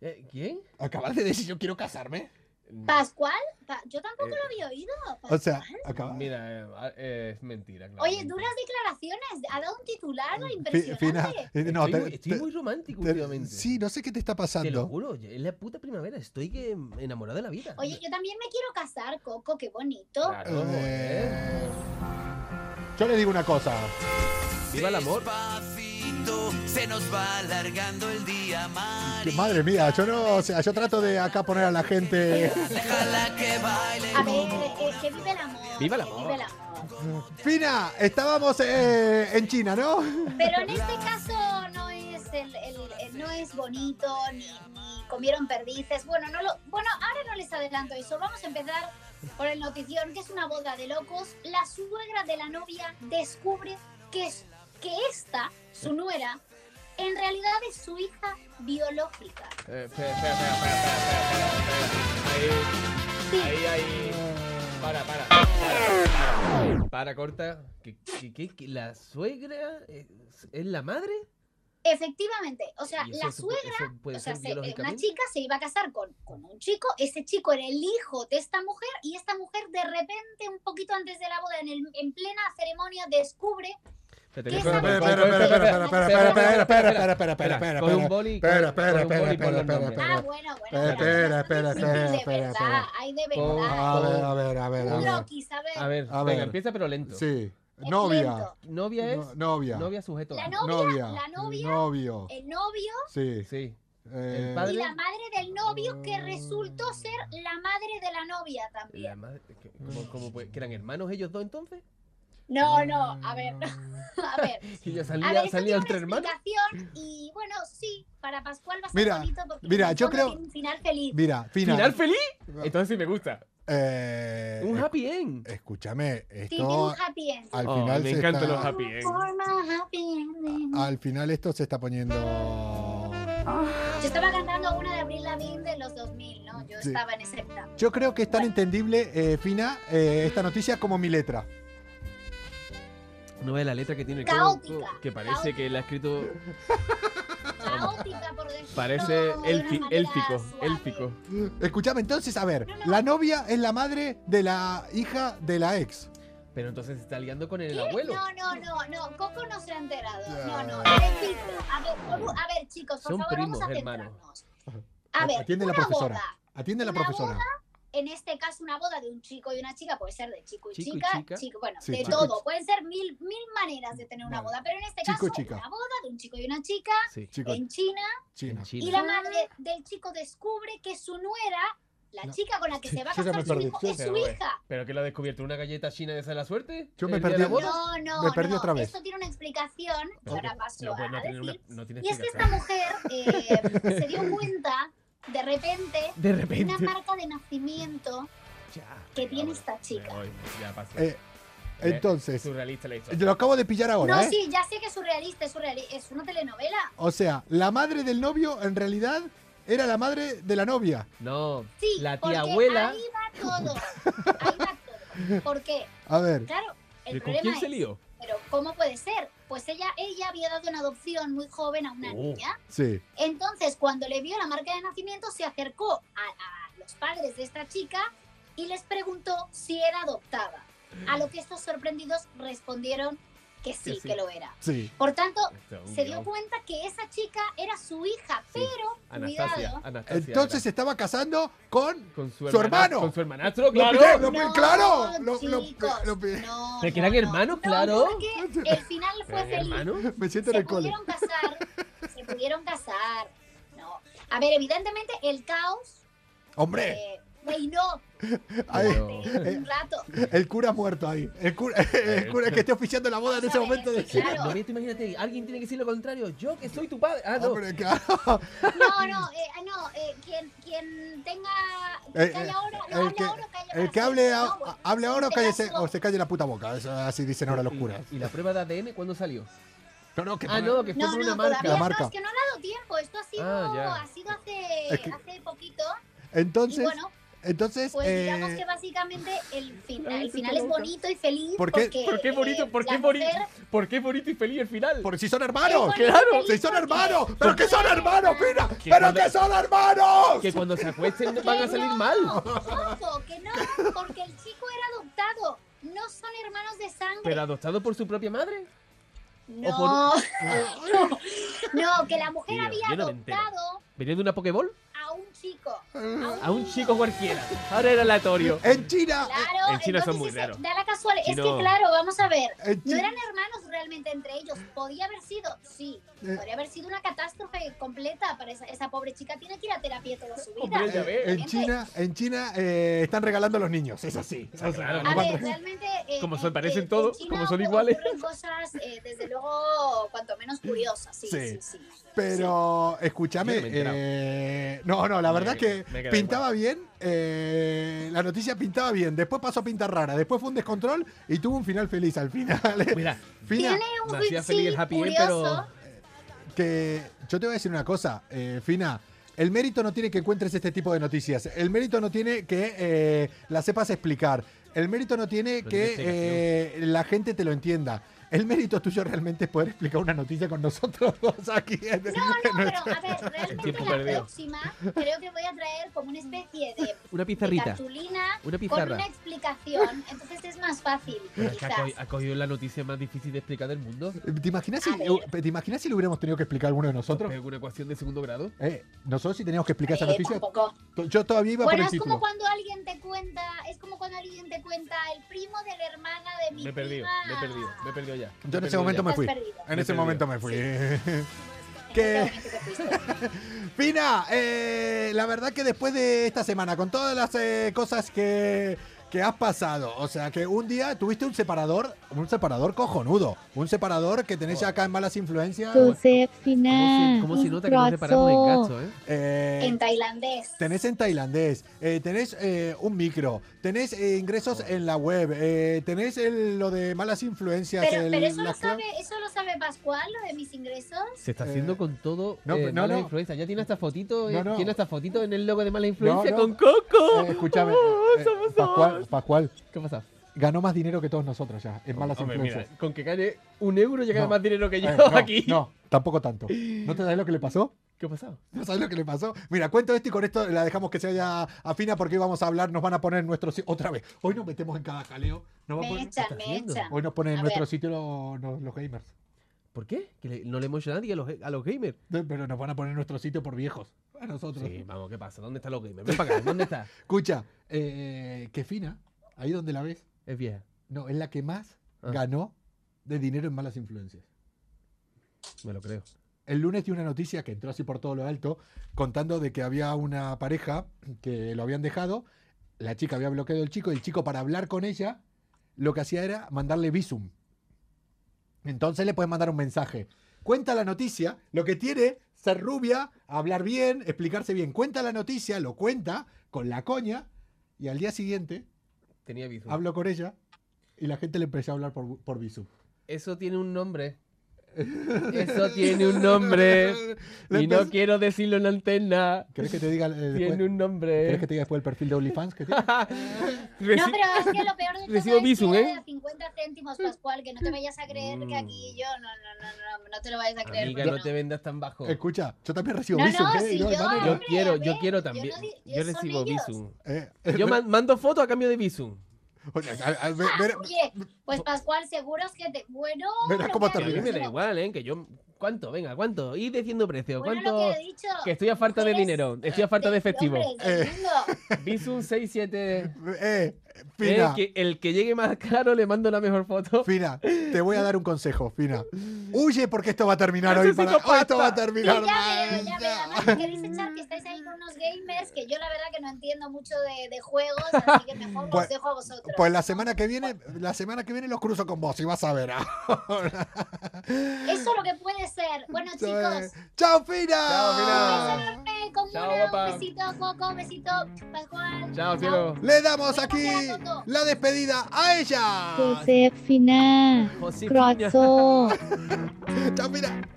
[SPEAKER 3] Eh, ¿Quién?
[SPEAKER 2] ¿Acabas de decir yo quiero casarme?
[SPEAKER 7] ¿Pascual? Pa- yo tampoco
[SPEAKER 3] Mm. Eh,
[SPEAKER 7] lo había oído.
[SPEAKER 2] O
[SPEAKER 7] Pascual.
[SPEAKER 2] sea, acabas...
[SPEAKER 3] Mira, eh, ah, eh, es mentira. Claro.
[SPEAKER 7] Oye, duras declaraciones. Ha dado un
[SPEAKER 3] Mm,
[SPEAKER 7] titular
[SPEAKER 2] Fi-
[SPEAKER 7] impresionante.
[SPEAKER 2] Fina, eh, no,
[SPEAKER 3] estoy,
[SPEAKER 2] te-
[SPEAKER 3] muy, estoy
[SPEAKER 2] te-
[SPEAKER 3] muy romántico
[SPEAKER 2] te-
[SPEAKER 3] últimamente.
[SPEAKER 2] sí, no sé qué te está
[SPEAKER 3] Te lo
[SPEAKER 2] pasando.
[SPEAKER 3] juro, yo- es la puta primavera, estoy que enamorado de la vida.
[SPEAKER 7] Oye, yo también me quiero casar, Coco, qué bonito.
[SPEAKER 3] Claro, ¿eh?
[SPEAKER 2] Eh, Yo le digo una cosa.
[SPEAKER 3] Viva el amor.
[SPEAKER 1] Despacito. poquito, se nos va alargando el día más.
[SPEAKER 2] Que Madre mía, yo no, o sea, yo trato de acá poner a la gente.
[SPEAKER 1] Déjala que baile.
[SPEAKER 7] A ver, eh, que vive el amor.
[SPEAKER 3] Viva el
[SPEAKER 7] que
[SPEAKER 3] amor.
[SPEAKER 7] vive el amor.
[SPEAKER 2] Fina, estábamos eh, en China, ¿no?
[SPEAKER 7] Pero en este caso no es el, el- el- no es bonito ni, ni comieron perdices. Bueno, no lo, bueno, ahora no les adelanto eso. Vamos a empezar por el notición que es una boda de locos. La suegra de la novia descubre que es que esta, su nuera, en realidad es su hija biológica.
[SPEAKER 3] Eh, espera, espera, espera, espera, espera, espera, espera. Ahí, ahí, ahí. Para, para. Para, para. Para, corta. ¿Qué, qué, qué- qué- la suegra es, es la madre?
[SPEAKER 7] Efectivamente, o sea,
[SPEAKER 3] ¿Y eso
[SPEAKER 7] la
[SPEAKER 3] se pu-
[SPEAKER 7] suegra
[SPEAKER 3] eso puede
[SPEAKER 7] O sea,
[SPEAKER 3] ser
[SPEAKER 7] se- eh, una
[SPEAKER 3] biológicamente?
[SPEAKER 7] chica se iba a casar con, con un chico, ese chico era el hijo de esta mujer y esta mujer de repente, un poquito antes de la boda, en, el- en plena ceremonia, descubre ah,
[SPEAKER 3] Espérate,
[SPEAKER 7] que esa
[SPEAKER 3] espera,
[SPEAKER 2] espera, espera,
[SPEAKER 3] espera, espera, espera,
[SPEAKER 2] espera, espera, espera, espera, espera, espera, espera, espera, espera,
[SPEAKER 3] Coge un
[SPEAKER 2] espera.
[SPEAKER 3] boli,
[SPEAKER 2] Espera,
[SPEAKER 3] coge-
[SPEAKER 2] espera,
[SPEAKER 3] coge
[SPEAKER 2] espera,
[SPEAKER 3] un boli y
[SPEAKER 2] espera,
[SPEAKER 3] ponlo en nombre.
[SPEAKER 2] espera,
[SPEAKER 7] Ah, bueno, bueno.
[SPEAKER 2] Espera,
[SPEAKER 7] bueno,
[SPEAKER 2] espera,
[SPEAKER 7] no sé si
[SPEAKER 2] espera,
[SPEAKER 7] de
[SPEAKER 2] espera,
[SPEAKER 7] verdad,
[SPEAKER 2] espera.
[SPEAKER 7] Hay de
[SPEAKER 3] Pon-
[SPEAKER 7] verdad.
[SPEAKER 2] A ver, a ver, a ver, a
[SPEAKER 7] Un
[SPEAKER 2] ver.
[SPEAKER 7] Loquis, a ver.
[SPEAKER 3] A ver,
[SPEAKER 2] A
[SPEAKER 3] venga,
[SPEAKER 2] ver.
[SPEAKER 3] empieza pero lento.
[SPEAKER 2] Sí,
[SPEAKER 7] es
[SPEAKER 2] novia,
[SPEAKER 7] lento.
[SPEAKER 3] Novia es
[SPEAKER 2] no- novia,
[SPEAKER 3] novia sujeto.
[SPEAKER 7] La
[SPEAKER 3] A.
[SPEAKER 7] novia,
[SPEAKER 2] novia,
[SPEAKER 7] la novia,
[SPEAKER 2] novio,
[SPEAKER 7] El novio
[SPEAKER 2] sí.
[SPEAKER 3] Sí.
[SPEAKER 2] eh,
[SPEAKER 7] y
[SPEAKER 3] padre.
[SPEAKER 7] la madre del novio que
[SPEAKER 2] Mm.
[SPEAKER 7] resultó ser la madre de la novia
[SPEAKER 3] La
[SPEAKER 7] también.
[SPEAKER 3] madre, ¿qué- ¿cómo, cómo puede- ¿Que eran hermanos ellos dos entonces?
[SPEAKER 7] No, no, a ver, a ver.
[SPEAKER 3] Y ya
[SPEAKER 7] A ver,
[SPEAKER 3] salía,
[SPEAKER 7] esto
[SPEAKER 3] salía
[SPEAKER 7] tiene
[SPEAKER 3] entre
[SPEAKER 7] una
[SPEAKER 3] hermanos.
[SPEAKER 7] explicación y bueno, sí, para Pascual va a ser
[SPEAKER 2] Mira,
[SPEAKER 7] bonito porque
[SPEAKER 2] mira,
[SPEAKER 7] en el
[SPEAKER 2] yo
[SPEAKER 7] fondo
[SPEAKER 2] creo-
[SPEAKER 7] tiene un final feliz.
[SPEAKER 2] Eh, Mira, Fina.
[SPEAKER 3] ¿Final feliz? Entonces sí me gusta.
[SPEAKER 2] eh,
[SPEAKER 3] Un happy end.
[SPEAKER 2] Escúchame,
[SPEAKER 7] Tiene
[SPEAKER 2] esto
[SPEAKER 7] un happy end.
[SPEAKER 2] al
[SPEAKER 3] Oh,
[SPEAKER 2] final
[SPEAKER 3] me
[SPEAKER 2] se
[SPEAKER 3] encantan
[SPEAKER 2] está-
[SPEAKER 3] los happy end.
[SPEAKER 7] Forma happy ending.
[SPEAKER 2] Al final esto se está poniendo.
[SPEAKER 7] Yo estaba cantando una de Abril Lavigne de los 2000, ¿no? Yo
[SPEAKER 2] Sí.
[SPEAKER 7] estaba en ese plan.
[SPEAKER 2] Yo creo que es tan entendible, eh, Fina, eh, esta noticia como mi letra.
[SPEAKER 3] No ve la letra que tiene el
[SPEAKER 7] Caótica,
[SPEAKER 3] código, Que parece
[SPEAKER 7] caótica.
[SPEAKER 3] que la ha escrito.
[SPEAKER 7] Caótica, por decirlo
[SPEAKER 3] Parece
[SPEAKER 7] de
[SPEAKER 3] élfi-
[SPEAKER 7] una manera
[SPEAKER 3] élfico.
[SPEAKER 7] suave.
[SPEAKER 3] Élfico.
[SPEAKER 2] Escuchame, entonces, a ver,
[SPEAKER 7] No, no.
[SPEAKER 2] la novia es la madre de la hija de la ex.
[SPEAKER 3] Pero entonces se está liando con el
[SPEAKER 7] ¿Qué?
[SPEAKER 3] abuelo.
[SPEAKER 7] No, no, no, no, Coco no se ha enterado. No, no,
[SPEAKER 2] Ya. Ah.
[SPEAKER 7] repito. A ver, por- a ver, chicos, por
[SPEAKER 3] Son
[SPEAKER 7] favor,
[SPEAKER 3] primos,
[SPEAKER 7] vamos a
[SPEAKER 3] hermano.
[SPEAKER 7] centrarnos. A ver,
[SPEAKER 2] Ah, Atiende la
[SPEAKER 7] una
[SPEAKER 2] profesora.
[SPEAKER 7] boda.
[SPEAKER 2] Atiende a la
[SPEAKER 7] Una
[SPEAKER 2] profesora.
[SPEAKER 7] en este caso una boda de un chico y una chica puede ser de chico y
[SPEAKER 3] Chico y
[SPEAKER 7] chica,
[SPEAKER 3] chica.
[SPEAKER 7] chico- bueno,
[SPEAKER 2] Sí,
[SPEAKER 7] de
[SPEAKER 2] chico y
[SPEAKER 7] todo,
[SPEAKER 2] chi-
[SPEAKER 7] pueden ser mil, mil maneras de tener una
[SPEAKER 2] Vale.
[SPEAKER 7] boda, pero en este
[SPEAKER 2] Chico y
[SPEAKER 7] caso
[SPEAKER 2] chica.
[SPEAKER 7] una boda de un chico y una chica
[SPEAKER 3] Sí.
[SPEAKER 2] Chicos,
[SPEAKER 7] en China
[SPEAKER 2] China.
[SPEAKER 3] en
[SPEAKER 7] y
[SPEAKER 3] China.
[SPEAKER 7] la madre del chico descubre que su nuera, la
[SPEAKER 2] No.
[SPEAKER 7] chica con la que se va a
[SPEAKER 2] Yo ya me
[SPEAKER 7] casar su
[SPEAKER 2] perdí.
[SPEAKER 7] hijo, es
[SPEAKER 3] Pero,
[SPEAKER 7] su
[SPEAKER 3] güey,
[SPEAKER 7] hija.
[SPEAKER 3] ¿Pero qué lo ha descubierto? ¿Una galleta china de esa de la suerte?
[SPEAKER 2] Yo me
[SPEAKER 3] ¿El día de
[SPEAKER 2] perdí
[SPEAKER 3] la
[SPEAKER 2] el-
[SPEAKER 3] boda?
[SPEAKER 7] No, no,
[SPEAKER 2] Me perdí
[SPEAKER 7] no,
[SPEAKER 2] otra vez.
[SPEAKER 7] esto tiene una explicación que
[SPEAKER 3] No,
[SPEAKER 7] ahora paso
[SPEAKER 3] No, pues, no
[SPEAKER 7] a
[SPEAKER 3] tiene una-
[SPEAKER 7] decir.
[SPEAKER 3] no tiene
[SPEAKER 7] Y es que esta
[SPEAKER 3] explicación.
[SPEAKER 7] mujer eh, se dio cuenta de repente
[SPEAKER 3] De
[SPEAKER 7] una
[SPEAKER 3] repente.
[SPEAKER 7] marca de nacimiento
[SPEAKER 3] Ya.
[SPEAKER 7] que
[SPEAKER 3] Venga,
[SPEAKER 7] tiene
[SPEAKER 3] bueno,
[SPEAKER 7] esta
[SPEAKER 3] me
[SPEAKER 7] chica.
[SPEAKER 3] voy, Ya pasó.
[SPEAKER 2] Eh, entonces,
[SPEAKER 3] Surrealista la historia.
[SPEAKER 2] lo acabo de pillar ahora,
[SPEAKER 7] No,
[SPEAKER 2] ¿eh?
[SPEAKER 7] sí, ya sé que es surrealista, es, surreali- es una telenovela.
[SPEAKER 2] O sea, la madre del novio en realidad era la madre de la novia.
[SPEAKER 3] No,
[SPEAKER 7] Sí,
[SPEAKER 3] la
[SPEAKER 7] porque
[SPEAKER 3] tía abuela.
[SPEAKER 7] Ahí va todo. Ahí va todo. Porque,
[SPEAKER 2] A ver,
[SPEAKER 7] claro, el
[SPEAKER 3] ¿Pero ¿Con quién
[SPEAKER 7] problema
[SPEAKER 3] se
[SPEAKER 7] es.
[SPEAKER 3] lió?
[SPEAKER 7] Pero, ¿cómo puede ser? Pues ella, ella había dado en adopción muy joven a una
[SPEAKER 3] Oh.
[SPEAKER 7] niña.
[SPEAKER 2] sí.
[SPEAKER 7] Entonces, cuando le vio la marca de nacimiento, se acercó a, a los padres de esta chica y les preguntó si era adoptada. A lo que estos sorprendidos respondieron que sí,
[SPEAKER 3] Que sí.
[SPEAKER 7] que lo era.
[SPEAKER 2] Sí.
[SPEAKER 7] Por tanto,
[SPEAKER 3] Esto, un
[SPEAKER 7] se
[SPEAKER 3] guión.
[SPEAKER 7] dio cuenta que esa chica era su hija,
[SPEAKER 3] Sí.
[SPEAKER 7] pero
[SPEAKER 3] Anastasia.
[SPEAKER 7] cuidado.
[SPEAKER 3] Anastasia
[SPEAKER 2] Entonces se estaba casando con.
[SPEAKER 3] era. con su,
[SPEAKER 2] su
[SPEAKER 3] hermana-
[SPEAKER 2] hermano.
[SPEAKER 3] Con su hermanastro,
[SPEAKER 2] Lo
[SPEAKER 3] claro.
[SPEAKER 2] pillé, lo pillé, claro.
[SPEAKER 7] No,
[SPEAKER 2] Lo- lo-
[SPEAKER 7] chicos,
[SPEAKER 2] lo pillé.
[SPEAKER 7] no,
[SPEAKER 3] Pero que
[SPEAKER 7] no,
[SPEAKER 3] eran
[SPEAKER 7] no.
[SPEAKER 3] hermanos,
[SPEAKER 7] No,
[SPEAKER 3] claro.
[SPEAKER 7] Porque el final fue
[SPEAKER 3] ¿Eran
[SPEAKER 7] feliz.
[SPEAKER 3] hermanos?
[SPEAKER 2] Me siento en
[SPEAKER 7] Se
[SPEAKER 2] el cole.
[SPEAKER 7] pudieron casar. se pudieron casar. No. A ver, evidentemente el caos
[SPEAKER 2] Hombre,
[SPEAKER 7] eh, reinó
[SPEAKER 2] ahí,
[SPEAKER 3] Pero-
[SPEAKER 7] durante
[SPEAKER 2] Eh.
[SPEAKER 7] un rato.
[SPEAKER 2] el cura muerto ahí. El cura,
[SPEAKER 3] Eh,
[SPEAKER 2] el cura que esté oficiando la boda en ese
[SPEAKER 7] Vamos a ver,
[SPEAKER 2] momento. De...
[SPEAKER 7] sí, claro.
[SPEAKER 3] No, mira, tú imagínate, alguien tiene que decir lo contrario. Yo que soy tu padre. Ah, no.
[SPEAKER 2] Hombre, claro.
[SPEAKER 7] No, no, eh, ah, no. eh, quien, quien tenga.
[SPEAKER 2] Eh,
[SPEAKER 7] calla
[SPEAKER 2] eh,
[SPEAKER 7] ahora, no,
[SPEAKER 2] el
[SPEAKER 7] habla
[SPEAKER 2] que-
[SPEAKER 7] ahora o calla
[SPEAKER 2] El
[SPEAKER 7] para
[SPEAKER 2] que hable,
[SPEAKER 7] siempre,
[SPEAKER 2] a-
[SPEAKER 7] ¿no? Bueno,
[SPEAKER 2] hable ahora o,
[SPEAKER 7] en este
[SPEAKER 2] cállese,
[SPEAKER 7] caso,
[SPEAKER 2] o se calle la puta boca. Eso, así dicen ahora los
[SPEAKER 3] Y-
[SPEAKER 2] curas.
[SPEAKER 3] ¿Y la prueba de ADN cuándo salió?
[SPEAKER 2] No, no, que
[SPEAKER 3] Ah, no, que fue
[SPEAKER 7] No,
[SPEAKER 3] por
[SPEAKER 7] no,
[SPEAKER 3] una
[SPEAKER 7] todavía
[SPEAKER 2] La
[SPEAKER 3] marca.
[SPEAKER 2] marca.
[SPEAKER 7] no, es que no ha dado tiempo. Esto ha sido,
[SPEAKER 3] Ah, ya.
[SPEAKER 7] ha sido hace,
[SPEAKER 2] Es que-
[SPEAKER 7] hace poquito.
[SPEAKER 2] Entonces,
[SPEAKER 7] y bueno,
[SPEAKER 2] entonces
[SPEAKER 7] Pues digamos
[SPEAKER 2] eh,
[SPEAKER 7] que básicamente el, fin-
[SPEAKER 3] Ay,
[SPEAKER 7] el
[SPEAKER 3] tú
[SPEAKER 7] final
[SPEAKER 3] te
[SPEAKER 7] es
[SPEAKER 3] loca.
[SPEAKER 7] bonito y feliz.
[SPEAKER 2] ¿Por qué-
[SPEAKER 7] porque,
[SPEAKER 3] ¿Por qué
[SPEAKER 7] eh,
[SPEAKER 3] bonito? ¿Por
[SPEAKER 7] la
[SPEAKER 3] qué bonito?
[SPEAKER 7] mujer-
[SPEAKER 3] ¿Por qué bonito y feliz el final?
[SPEAKER 2] por si son
[SPEAKER 7] es
[SPEAKER 2] hermanos.
[SPEAKER 7] bonito y feliz
[SPEAKER 2] Si son
[SPEAKER 7] porque-
[SPEAKER 2] hermanos. Pero que son hermanos, Pina.
[SPEAKER 3] Que
[SPEAKER 2] Pero
[SPEAKER 3] cuando-
[SPEAKER 2] que son hermanos.
[SPEAKER 3] Que cuando se acuesten
[SPEAKER 7] que
[SPEAKER 3] van a
[SPEAKER 7] no,
[SPEAKER 3] salir mal.
[SPEAKER 7] Ojo, que no, porque el chico era adoptado. No son hermanos de sangre.
[SPEAKER 3] Pero adoptado por su propia madre.
[SPEAKER 7] no,
[SPEAKER 3] o
[SPEAKER 7] no, que la mujer
[SPEAKER 3] Tío,
[SPEAKER 7] había
[SPEAKER 3] yo no me entero.
[SPEAKER 7] adoptado
[SPEAKER 3] ¿Venía de una Pokéball?
[SPEAKER 7] a un chico.
[SPEAKER 3] A un chico cualquiera. Ahora era aleatorio.
[SPEAKER 2] En China,
[SPEAKER 7] Claro,
[SPEAKER 3] En China son
[SPEAKER 7] entonces
[SPEAKER 3] muy
[SPEAKER 7] dice,
[SPEAKER 3] raros.
[SPEAKER 7] Da la casualidad. Es
[SPEAKER 3] Chino- Eh,
[SPEAKER 7] que claro, vamos a ver.
[SPEAKER 2] en
[SPEAKER 7] No
[SPEAKER 2] China.
[SPEAKER 7] eran hermanos realmente entre ellos. Podía haber sido, sí.
[SPEAKER 2] Eh.
[SPEAKER 7] Podría haber sido una catástrofe completa para esa, esa pobre chica. Tiene que ir a terapia toda su vida.
[SPEAKER 3] Hombre, ya ves.
[SPEAKER 2] En China, en China eh, están regalando a los niños, es así.
[SPEAKER 3] Ah, claro,
[SPEAKER 7] A
[SPEAKER 3] no
[SPEAKER 7] ver,
[SPEAKER 3] pasa-
[SPEAKER 7] realmente. eh,
[SPEAKER 3] Como se
[SPEAKER 7] en-
[SPEAKER 3] parecen
[SPEAKER 7] en
[SPEAKER 3] todos,
[SPEAKER 7] China
[SPEAKER 3] como son
[SPEAKER 7] ocurren
[SPEAKER 3] iguales.
[SPEAKER 7] cosas, eh, desde luego, cuanto menos curiosas. Sí,
[SPEAKER 2] Sí.
[SPEAKER 7] sí, sí.
[SPEAKER 2] Pero escúchame,
[SPEAKER 3] Yo no me he enterado.
[SPEAKER 2] eh, no, no, la
[SPEAKER 3] Me-
[SPEAKER 2] verdad que
[SPEAKER 3] me quedé
[SPEAKER 2] pintaba bien, eh, la noticia pintaba bien, después pasó a pintar rara, después fue un descontrol y tuvo un final feliz al final. eh.
[SPEAKER 3] Mira,
[SPEAKER 2] Fina,
[SPEAKER 7] Tiene un
[SPEAKER 3] me hacía
[SPEAKER 7] fin,
[SPEAKER 3] feliz
[SPEAKER 7] sí,
[SPEAKER 3] el happy end,
[SPEAKER 7] curioso.
[SPEAKER 3] pero.
[SPEAKER 2] que yo te voy a decir una cosa, eh, Fina. El mérito no tiene que encuentres este tipo de noticias. El mérito no tiene que eh, la sepas explicar. El mérito no tiene
[SPEAKER 3] No tiene este
[SPEAKER 2] que eh, la gente te lo entienda. El mérito tuyo realmente es poder explicar una noticia con nosotros dos aquí. en-
[SPEAKER 7] No, no, pero a ver, realmente
[SPEAKER 3] tiempo
[SPEAKER 7] la
[SPEAKER 3] perdido.
[SPEAKER 7] próxima creo que voy a traer como una especie de,
[SPEAKER 3] Una
[SPEAKER 7] de
[SPEAKER 3] pizarrita.
[SPEAKER 7] cartulina
[SPEAKER 3] Una
[SPEAKER 7] con
[SPEAKER 3] pizarra.
[SPEAKER 7] una explicación, entonces es más fácil.
[SPEAKER 3] Pero es que ha,
[SPEAKER 7] quizás.
[SPEAKER 3] cogi- ha cogido la noticia más difícil de explicar del mundo.
[SPEAKER 2] Eh, ¿Te imaginas, si,
[SPEAKER 7] A ver.
[SPEAKER 2] ¿Te imaginas si lo hubiéramos tenido que explicar alguno de nosotros?
[SPEAKER 3] ¿Alguna ecuación de segundo grado?
[SPEAKER 2] Eh, nosotros si teníamos que explicar esa
[SPEAKER 7] Eh,
[SPEAKER 2] noticia.
[SPEAKER 7] tampoco.
[SPEAKER 2] to- Yo todavía iba
[SPEAKER 7] Bueno,
[SPEAKER 2] por el
[SPEAKER 7] es como
[SPEAKER 2] título.
[SPEAKER 7] cuando alguien te cuenta, es como cuando alguien te cuenta el primo de la hermana de mi
[SPEAKER 3] Me he perdido,
[SPEAKER 7] prima.
[SPEAKER 3] me he perdido, me he perdido ya. Me he
[SPEAKER 2] Yo en ese
[SPEAKER 3] perdido
[SPEAKER 2] momento
[SPEAKER 3] ya.
[SPEAKER 2] me
[SPEAKER 7] Estás
[SPEAKER 2] fui.
[SPEAKER 7] perdido.
[SPEAKER 2] En
[SPEAKER 3] Me
[SPEAKER 2] ese
[SPEAKER 3] perdí.
[SPEAKER 2] momento me fui.
[SPEAKER 7] En
[SPEAKER 2] que,
[SPEAKER 7] este momento te fuiste.
[SPEAKER 2] Fina, eh, la verdad que después de esta semana, con todas las eh, cosas que, que has pasado, o sea que un día tuviste un separador, un separador cojonudo, un separador que tenés ya acá en malas influencias.
[SPEAKER 5] tu sep
[SPEAKER 3] ¿Cómo se,
[SPEAKER 5] final.
[SPEAKER 3] cómo se nota que nos separamos en gacho, eh?
[SPEAKER 2] eh,
[SPEAKER 7] En tailandés.
[SPEAKER 2] Tenés en tailandés, eh, tenés eh, un micro, tenés eh,
[SPEAKER 3] Ah.
[SPEAKER 2] ingresos en la web, eh, tenés el- lo de malas influencias.
[SPEAKER 7] Pero,
[SPEAKER 2] el-
[SPEAKER 7] pero eso lo
[SPEAKER 2] las clav-
[SPEAKER 7] sabe, eso lo sabe Pascual, lo de mis ingresos.
[SPEAKER 3] Se está
[SPEAKER 2] Eh,
[SPEAKER 3] haciendo con todo
[SPEAKER 2] no,
[SPEAKER 3] no,
[SPEAKER 2] pero- no,
[SPEAKER 3] mala
[SPEAKER 2] no.
[SPEAKER 3] influencia. Ya tiene hasta fotito, eh,
[SPEAKER 2] No, no.
[SPEAKER 3] tiene hasta fotito en el logo de mala influencia
[SPEAKER 2] no.
[SPEAKER 3] con Coco.
[SPEAKER 2] Eh, escúchame,
[SPEAKER 3] Oh,
[SPEAKER 2] eh,
[SPEAKER 3] somos
[SPEAKER 2] Pascual,
[SPEAKER 3] dos.
[SPEAKER 2] Pascual
[SPEAKER 3] ¿Qué pasa?
[SPEAKER 2] ganó más dinero que todos nosotros ya en malas
[SPEAKER 3] Hombre, mira,
[SPEAKER 2] influencias.
[SPEAKER 3] con que gane un euro ya gana
[SPEAKER 2] No.
[SPEAKER 3] más dinero que yo
[SPEAKER 2] Eh, no,
[SPEAKER 3] aquí.
[SPEAKER 2] No, tampoco tanto. ¿No te sabes lo que le pasó?
[SPEAKER 3] ¿Qué ha pasado?
[SPEAKER 2] ¿No sabes lo que le pasó? Mira, cuento esto y con esto la dejamos que se vaya afina porque hoy vamos a hablar, nos van a poner en nuestro si- Otra vez, hoy nos metemos en cada jaleo. Nos va a
[SPEAKER 7] Me
[SPEAKER 2] poner-
[SPEAKER 7] echan, me
[SPEAKER 3] haciendo?
[SPEAKER 7] echan.
[SPEAKER 2] hoy nos ponen en
[SPEAKER 7] A
[SPEAKER 2] nuestro
[SPEAKER 7] ver.
[SPEAKER 2] sitio lo- no- los gamers.
[SPEAKER 3] ¿Por qué? Que le- no le hemos hecho nadie a los, a los gamers.
[SPEAKER 2] No, Pero nos van a poner en nuestro sitio por viejos. A nosotros.
[SPEAKER 3] Sí, vamos, ¿qué pasa? ¿Dónde están los gamers? Ven para acá, ¿dónde está?
[SPEAKER 2] Escucha, eh, que fina, ahí donde la ves,
[SPEAKER 3] Es vieja.
[SPEAKER 2] no, es la que más
[SPEAKER 3] Ah.
[SPEAKER 2] ganó de dinero en malas influencias.
[SPEAKER 3] Me lo creo.
[SPEAKER 2] El lunes di una noticia que entró así por todo lo alto, contando de que había una pareja que lo habían dejado, la chica había bloqueado al chico, y el chico para hablar con ella, lo que hacía era mandarle visum. Entonces le puedes mandar un mensaje. Cuenta la noticia, lo que tiene, ser rubia, hablar bien, explicarse bien. Cuenta la noticia, lo cuenta con la coña, y al día siguiente
[SPEAKER 3] Tenía visum.
[SPEAKER 2] hablo con ella y la gente le empezó a hablar por, por visum.
[SPEAKER 3] Eso tiene un nombre. Eso tiene un nombre.
[SPEAKER 2] Le
[SPEAKER 3] Y no
[SPEAKER 2] empezó-
[SPEAKER 3] quiero decirlo en la antena.
[SPEAKER 2] ¿Querés que te diga eh, después?
[SPEAKER 3] Tiene
[SPEAKER 2] ¿Querés que
[SPEAKER 3] un nombre.
[SPEAKER 2] te diga después el perfil de OnlyFans que tiene?
[SPEAKER 7] No,
[SPEAKER 3] Reci-
[SPEAKER 7] pero es que lo peor de todo
[SPEAKER 3] Recibo
[SPEAKER 7] es que
[SPEAKER 3] visum,
[SPEAKER 7] era
[SPEAKER 3] ¿eh?
[SPEAKER 7] de 50 céntimos, Pascual, que no te vayas a creer que aquí
[SPEAKER 2] Mm.
[SPEAKER 7] yo, no, no, no, no, no te lo vayas a creer.
[SPEAKER 3] Amiga,
[SPEAKER 7] porque
[SPEAKER 3] no te vendas tan bajo.
[SPEAKER 2] Escucha, yo también recibo
[SPEAKER 7] No,
[SPEAKER 2] visum,
[SPEAKER 7] no,
[SPEAKER 2] ¿eh?
[SPEAKER 7] si
[SPEAKER 2] Y no,
[SPEAKER 7] yo,
[SPEAKER 2] hermano,
[SPEAKER 3] Yo
[SPEAKER 7] Hombre,
[SPEAKER 3] quiero,
[SPEAKER 7] a
[SPEAKER 3] yo
[SPEAKER 7] ver,
[SPEAKER 3] quiero
[SPEAKER 7] yo
[SPEAKER 3] también.
[SPEAKER 7] no di-
[SPEAKER 3] Yo
[SPEAKER 7] son
[SPEAKER 3] recibo
[SPEAKER 7] ellos.
[SPEAKER 3] visum.
[SPEAKER 2] eh,
[SPEAKER 3] Yo man- mando fotos a cambio de visum.
[SPEAKER 2] o sea, a- a- ver- ver-
[SPEAKER 7] Oye, pues Pascual, seguro es que te. Bueno,
[SPEAKER 2] Verás
[SPEAKER 7] lo
[SPEAKER 2] cómo
[SPEAKER 7] que
[SPEAKER 2] te
[SPEAKER 3] Que
[SPEAKER 7] ha
[SPEAKER 3] a mí
[SPEAKER 2] ríes.
[SPEAKER 3] me da
[SPEAKER 7] dicho.
[SPEAKER 3] igual, ¿eh? Que yo... ¿Cuánto? Venga, ¿cuánto? Ir diciendo precio.
[SPEAKER 7] Bueno,
[SPEAKER 3] ¿Cuánto?
[SPEAKER 7] lo que he dicho.
[SPEAKER 3] Que estoy a falta de
[SPEAKER 7] Mujeres,
[SPEAKER 3] dinero. Estoy a falta de
[SPEAKER 7] este
[SPEAKER 3] efectivo.
[SPEAKER 7] hombres del
[SPEAKER 2] Eh.
[SPEAKER 7] mundo.
[SPEAKER 3] Visum 67.
[SPEAKER 2] eh,
[SPEAKER 3] El
[SPEAKER 2] Fina,
[SPEAKER 3] que, el que llegue más caro le mando la mejor foto.
[SPEAKER 2] Fina, te voy a dar un consejo, Fina. Huye porque esto va a terminar hoy.
[SPEAKER 3] Ese
[SPEAKER 2] Para,
[SPEAKER 3] psicópata.
[SPEAKER 2] esto va a
[SPEAKER 7] Sí,
[SPEAKER 2] terminar
[SPEAKER 7] ya veo, ya
[SPEAKER 2] mal.
[SPEAKER 7] veo. Además, que dice Char que estáis ahí con unos gamers que yo la verdad que no entiendo mucho de, de juegos, así que mejor
[SPEAKER 2] Pues-
[SPEAKER 7] los dejo a vosotros.
[SPEAKER 2] Pues la semana que viene, la semana que viene los cruzo con vos y vas a ver. ¿ah? ahora.
[SPEAKER 7] Eso es lo que puede ser. Bueno, chicos,
[SPEAKER 2] ¡Chao, Fina!
[SPEAKER 3] Chao,
[SPEAKER 2] Ah.
[SPEAKER 3] Fina.
[SPEAKER 7] eh, con
[SPEAKER 3] Chao,
[SPEAKER 7] una,
[SPEAKER 3] guapa.
[SPEAKER 7] un besito, Coco, un besito, Pascual.
[SPEAKER 3] Chao, cielo.
[SPEAKER 2] Le damos aquí la despedida a ella.
[SPEAKER 5] Tu sep final.
[SPEAKER 3] Josefina.
[SPEAKER 5] Crozó.
[SPEAKER 2] ¡Chao, Fina!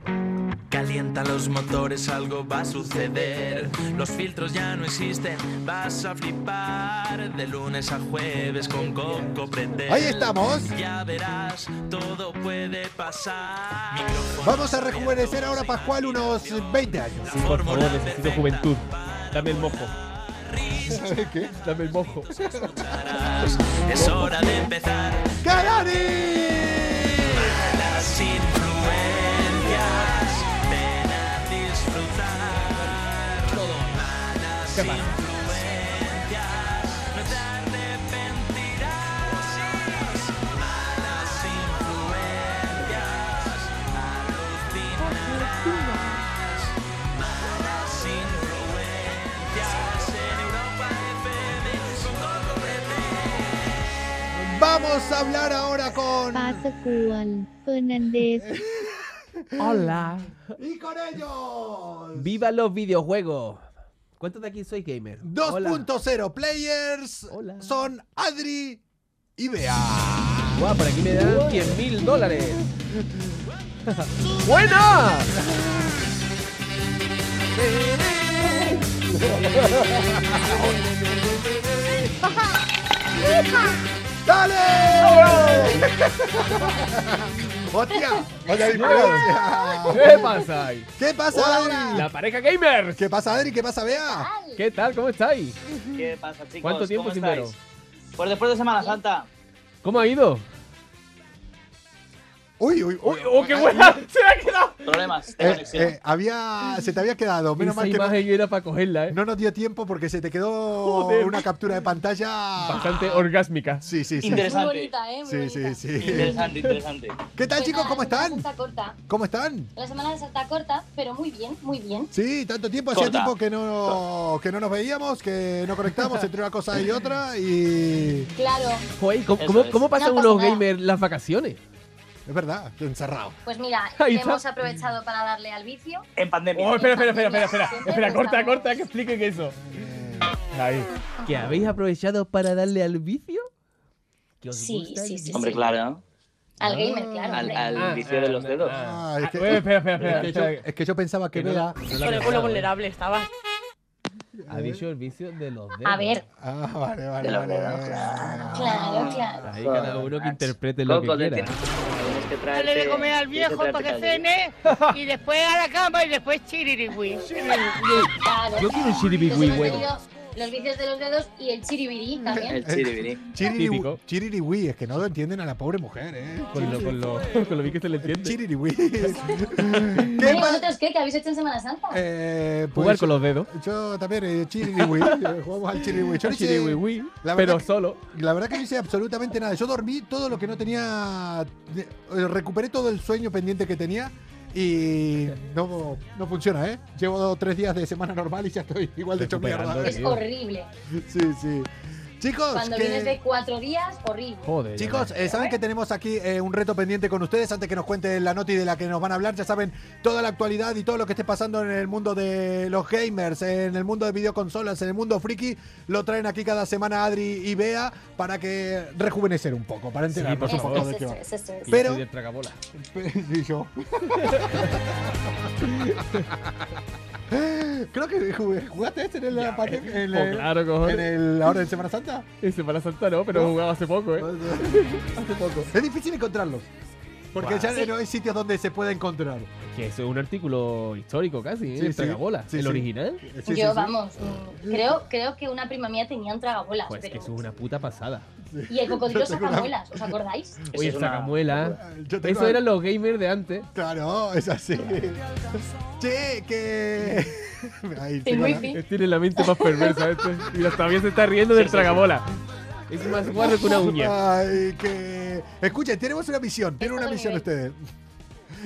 [SPEAKER 1] Calienta los motores, algo va a suceder. Los filtros ya no existen, vas a flipar. De lunes a jueves con Coco Pretel.
[SPEAKER 2] Ahí estamos.
[SPEAKER 1] Ya verás, todo puede pasar.
[SPEAKER 2] Vamos a rejuvenecer ahora, Pascual, unos 20 años.
[SPEAKER 3] Sí,
[SPEAKER 1] La
[SPEAKER 3] por favor,
[SPEAKER 1] fórmula
[SPEAKER 3] necesito
[SPEAKER 1] perfecta
[SPEAKER 3] juventud. Dame el mojo.
[SPEAKER 2] ¿Qué?
[SPEAKER 3] Dame el mojo.
[SPEAKER 1] escucharás. Es hora de empezar.
[SPEAKER 2] ¡Canari!
[SPEAKER 1] Las influencias, ven a disfrutar. Malas
[SPEAKER 2] ¿Qué pasa? Vamos a hablar ahora con.
[SPEAKER 5] Pasa Cual, Fernández,
[SPEAKER 3] Hola.
[SPEAKER 2] ¡Y con ellos!
[SPEAKER 3] ¡Viva los videojuegos! ¿Cuántos de aquí soy gamer? Hola.
[SPEAKER 2] 2.0 players
[SPEAKER 3] Hola.
[SPEAKER 2] son Adri y Bea.
[SPEAKER 3] Guau, por aquí me dan 100 mil dólares. ¡Buena!
[SPEAKER 2] ¡Dale! ¡Hostia! Vaya diferencia.
[SPEAKER 3] ¿Qué pasa ahí?
[SPEAKER 2] ¿Qué pasa,
[SPEAKER 3] La
[SPEAKER 2] Adri?
[SPEAKER 3] pareja gamer.
[SPEAKER 2] ¿Qué pasa, Adri? ¿Qué pasa, Bea?
[SPEAKER 7] Tal.
[SPEAKER 3] ¿Qué tal? ¿Cómo estáis?
[SPEAKER 10] ¿Qué pasa, chicos?
[SPEAKER 3] ¿Cuánto tiempo
[SPEAKER 10] ¿Cómo
[SPEAKER 3] sin
[SPEAKER 10] estáis?
[SPEAKER 3] veros?
[SPEAKER 10] Pues después de Semana Santa.
[SPEAKER 3] ¿Cómo ha ido?
[SPEAKER 2] Uy, uy,
[SPEAKER 3] ¡Uy,
[SPEAKER 2] uy.
[SPEAKER 3] oh, qué buena! ¡Se ha quedado!
[SPEAKER 10] Problemas de
[SPEAKER 2] Eh,
[SPEAKER 10] conexión.
[SPEAKER 2] eh, había, se te había quedado. Menos
[SPEAKER 3] Esa
[SPEAKER 2] mal que no,
[SPEAKER 3] imagen era para cogerla, ¿eh?
[SPEAKER 2] no nos dio tiempo porque se te quedó
[SPEAKER 3] Joder.
[SPEAKER 2] una captura de pantalla.
[SPEAKER 3] Bastante orgásmica.
[SPEAKER 2] Sí, sí, sí.
[SPEAKER 10] Interesante.
[SPEAKER 7] Muy bonita, ¿eh? Muy
[SPEAKER 2] Sí, sí,
[SPEAKER 7] bonita.
[SPEAKER 2] sí.
[SPEAKER 10] Interesante, interesante.
[SPEAKER 2] ¿Qué tal,
[SPEAKER 7] Pues
[SPEAKER 2] chicos?
[SPEAKER 7] nada,
[SPEAKER 2] ¿Cómo
[SPEAKER 7] la semana
[SPEAKER 2] están?
[SPEAKER 7] Santa corta.
[SPEAKER 2] ¿Cómo están?
[SPEAKER 7] La semana Santa corta, pero muy bien, muy bien.
[SPEAKER 2] Sí, tanto tiempo, hacía
[SPEAKER 10] Corta.
[SPEAKER 2] tiempo que no, que no nos veíamos, que no conectábamos entre una cosa y otra y...
[SPEAKER 7] Claro,
[SPEAKER 3] Joder, ¿cómo,
[SPEAKER 10] Eso
[SPEAKER 3] cómo-
[SPEAKER 10] es.
[SPEAKER 3] cómo pasan
[SPEAKER 7] No pasa
[SPEAKER 3] unos
[SPEAKER 7] nada.
[SPEAKER 3] gamers las vacaciones?
[SPEAKER 2] Es verdad, encerrado.
[SPEAKER 7] pues mira,
[SPEAKER 3] Ahí está.
[SPEAKER 7] hemos aprovechado para darle al vicio.
[SPEAKER 10] En pandemia.
[SPEAKER 3] Oh, espera, espera, espera,
[SPEAKER 7] Siempre
[SPEAKER 3] espera, espera,
[SPEAKER 7] nos
[SPEAKER 3] espera, corta,
[SPEAKER 7] damos-
[SPEAKER 3] corta, que expliquen eso. Ahí. ¿Que habéis aprovechado para darle al vicio? ¿Que os
[SPEAKER 7] Sí,
[SPEAKER 3] gusta el
[SPEAKER 7] sí, sí,
[SPEAKER 3] vicio?
[SPEAKER 10] Hombre, claro.
[SPEAKER 7] Al
[SPEAKER 2] Ah.
[SPEAKER 7] gamer, claro.
[SPEAKER 10] Al,
[SPEAKER 7] hombre.
[SPEAKER 10] al
[SPEAKER 3] Ah,
[SPEAKER 10] vicio de los
[SPEAKER 3] ah,
[SPEAKER 10] dedos.
[SPEAKER 3] ah.
[SPEAKER 2] Ah, es que-
[SPEAKER 3] Ah, espera, espera, espera,
[SPEAKER 2] Es que, yo,
[SPEAKER 3] espera.
[SPEAKER 2] es que yo pensaba que
[SPEAKER 3] Que no-
[SPEAKER 2] Bea...
[SPEAKER 3] no la pensaba, ¿eh?
[SPEAKER 10] estaba.
[SPEAKER 3] Ha dicho el vicio de los dedos.
[SPEAKER 7] A ver,
[SPEAKER 2] Ah, vale, vale,
[SPEAKER 10] Te lo
[SPEAKER 2] vale.
[SPEAKER 10] veo,
[SPEAKER 2] vale.
[SPEAKER 7] claro, claro.
[SPEAKER 3] Ahí cada uno que interprete lo
[SPEAKER 10] Coco,
[SPEAKER 3] que
[SPEAKER 10] te
[SPEAKER 3] quiera.
[SPEAKER 10] tienes- tienes que traerte-
[SPEAKER 11] Dale de comer al
[SPEAKER 10] tienes que
[SPEAKER 11] viejo
[SPEAKER 10] traerte
[SPEAKER 11] para que
[SPEAKER 10] calle.
[SPEAKER 11] cene y después a la cama y después chiririwi.
[SPEAKER 7] claro.
[SPEAKER 3] Yo quiero un chiribigui
[SPEAKER 7] Entonces hemos
[SPEAKER 3] bueno.
[SPEAKER 7] tenido Los vicios de los dedos y el chiribiri también.
[SPEAKER 10] El chiribiri.
[SPEAKER 2] Chiririwi,
[SPEAKER 3] Típico.
[SPEAKER 2] chiririwi, es que no lo entienden a la pobre mujer, ¿eh?
[SPEAKER 3] Con lo, con, lo, con lo bien que se le entiende.
[SPEAKER 2] Chiririwi.
[SPEAKER 7] Bueno,
[SPEAKER 2] ¿Qué
[SPEAKER 7] ¿y
[SPEAKER 2] pasa?
[SPEAKER 7] vosotros qué? ¿Qué habéis hecho en Semana Santa?
[SPEAKER 2] Eh, pues
[SPEAKER 3] Jugar con los dedos.
[SPEAKER 2] Yo también, eh, chiririwi. eh, Jugamos al chiririwi. Yo no hice-
[SPEAKER 3] Chiriwiwi,
[SPEAKER 2] la verdad
[SPEAKER 3] pero
[SPEAKER 2] que-
[SPEAKER 3] solo.
[SPEAKER 2] La verdad que no hice absolutamente nada. Yo dormí todo lo que no tenía. eh, Recuperé todo el sueño pendiente que tenía. Y no, no funciona, ¿eh? Llevo dos, tres días de semana normal y ya estoy igual de hecho mierda.
[SPEAKER 3] Recuperando.
[SPEAKER 7] Es horrible.
[SPEAKER 2] Sí, sí. Chicos,
[SPEAKER 7] Cuando
[SPEAKER 2] que-
[SPEAKER 7] vienes de cuatro días, horrible.
[SPEAKER 3] Joder. ya
[SPEAKER 2] Chicos,
[SPEAKER 3] ves.
[SPEAKER 2] eh, saben que tenemos aquí eh, un reto pendiente con ustedes antes que nos cuenten la noti de la que nos van a hablar. Ya saben toda la actualidad y todo lo que esté pasando en el mundo de los gamers, en el mundo de videoconsolas, en el mundo friki. Lo traen aquí cada semana Adri y Bea para que rejuvenecer un poco, para enterarnos
[SPEAKER 3] por
[SPEAKER 2] un
[SPEAKER 3] favor.
[SPEAKER 2] poco
[SPEAKER 7] Eso
[SPEAKER 2] de
[SPEAKER 7] es,
[SPEAKER 2] qué
[SPEAKER 7] eso
[SPEAKER 2] va.
[SPEAKER 7] es, eso es.
[SPEAKER 3] Y yo
[SPEAKER 2] pero-
[SPEAKER 3] soy del tragabola.
[SPEAKER 2] Sí, yo. Creo que ju- jugaste este en el,
[SPEAKER 3] Ya
[SPEAKER 2] pandem-
[SPEAKER 3] ves.
[SPEAKER 2] en
[SPEAKER 3] Oh,
[SPEAKER 2] el-
[SPEAKER 3] claro,
[SPEAKER 2] en
[SPEAKER 3] cojones.
[SPEAKER 2] el- ahora en Semana Santa.
[SPEAKER 3] En Semana Santa no, pero he jugado hace poco, ¿eh? Hace poco.
[SPEAKER 2] Es difícil encontrarlos. Porque
[SPEAKER 3] Guau.
[SPEAKER 2] ya no hay sitios donde se pueda encontrar.
[SPEAKER 3] Que eso es un artículo histórico casi, ¿eh?
[SPEAKER 2] Sí,
[SPEAKER 3] el
[SPEAKER 2] sí.
[SPEAKER 3] tragabola.
[SPEAKER 2] Sí,
[SPEAKER 3] el
[SPEAKER 2] sí.
[SPEAKER 3] original.
[SPEAKER 2] Sí, sí,
[SPEAKER 7] yo,
[SPEAKER 2] sí.
[SPEAKER 7] vamos, mm, creo, creo que una prima mía tenía un tragamuelas.
[SPEAKER 3] Pues que
[SPEAKER 7] pero-
[SPEAKER 3] eso es una puta pasada.
[SPEAKER 7] Y el cocodrilo
[SPEAKER 2] Yo tengo una-
[SPEAKER 7] sacamuelas, ¿os acordáis?
[SPEAKER 10] Eso
[SPEAKER 3] Oye,
[SPEAKER 10] es una-
[SPEAKER 3] sacamuela.
[SPEAKER 2] Yo tengo
[SPEAKER 3] Eso
[SPEAKER 2] una-
[SPEAKER 3] eran los gamers de antes.
[SPEAKER 2] Claro, es así. che, que. Ahí,
[SPEAKER 7] Sin
[SPEAKER 2] tengo la-
[SPEAKER 7] wifi.
[SPEAKER 3] Eh, Tiene la mente más perversa este. Mira, todavía se está riendo del
[SPEAKER 10] Sí, sí, sí.
[SPEAKER 3] tragabola. Es más guarro que una uña.
[SPEAKER 2] Ay, que. Escuchen, tenemos una misión. Tienen una misión ustedes.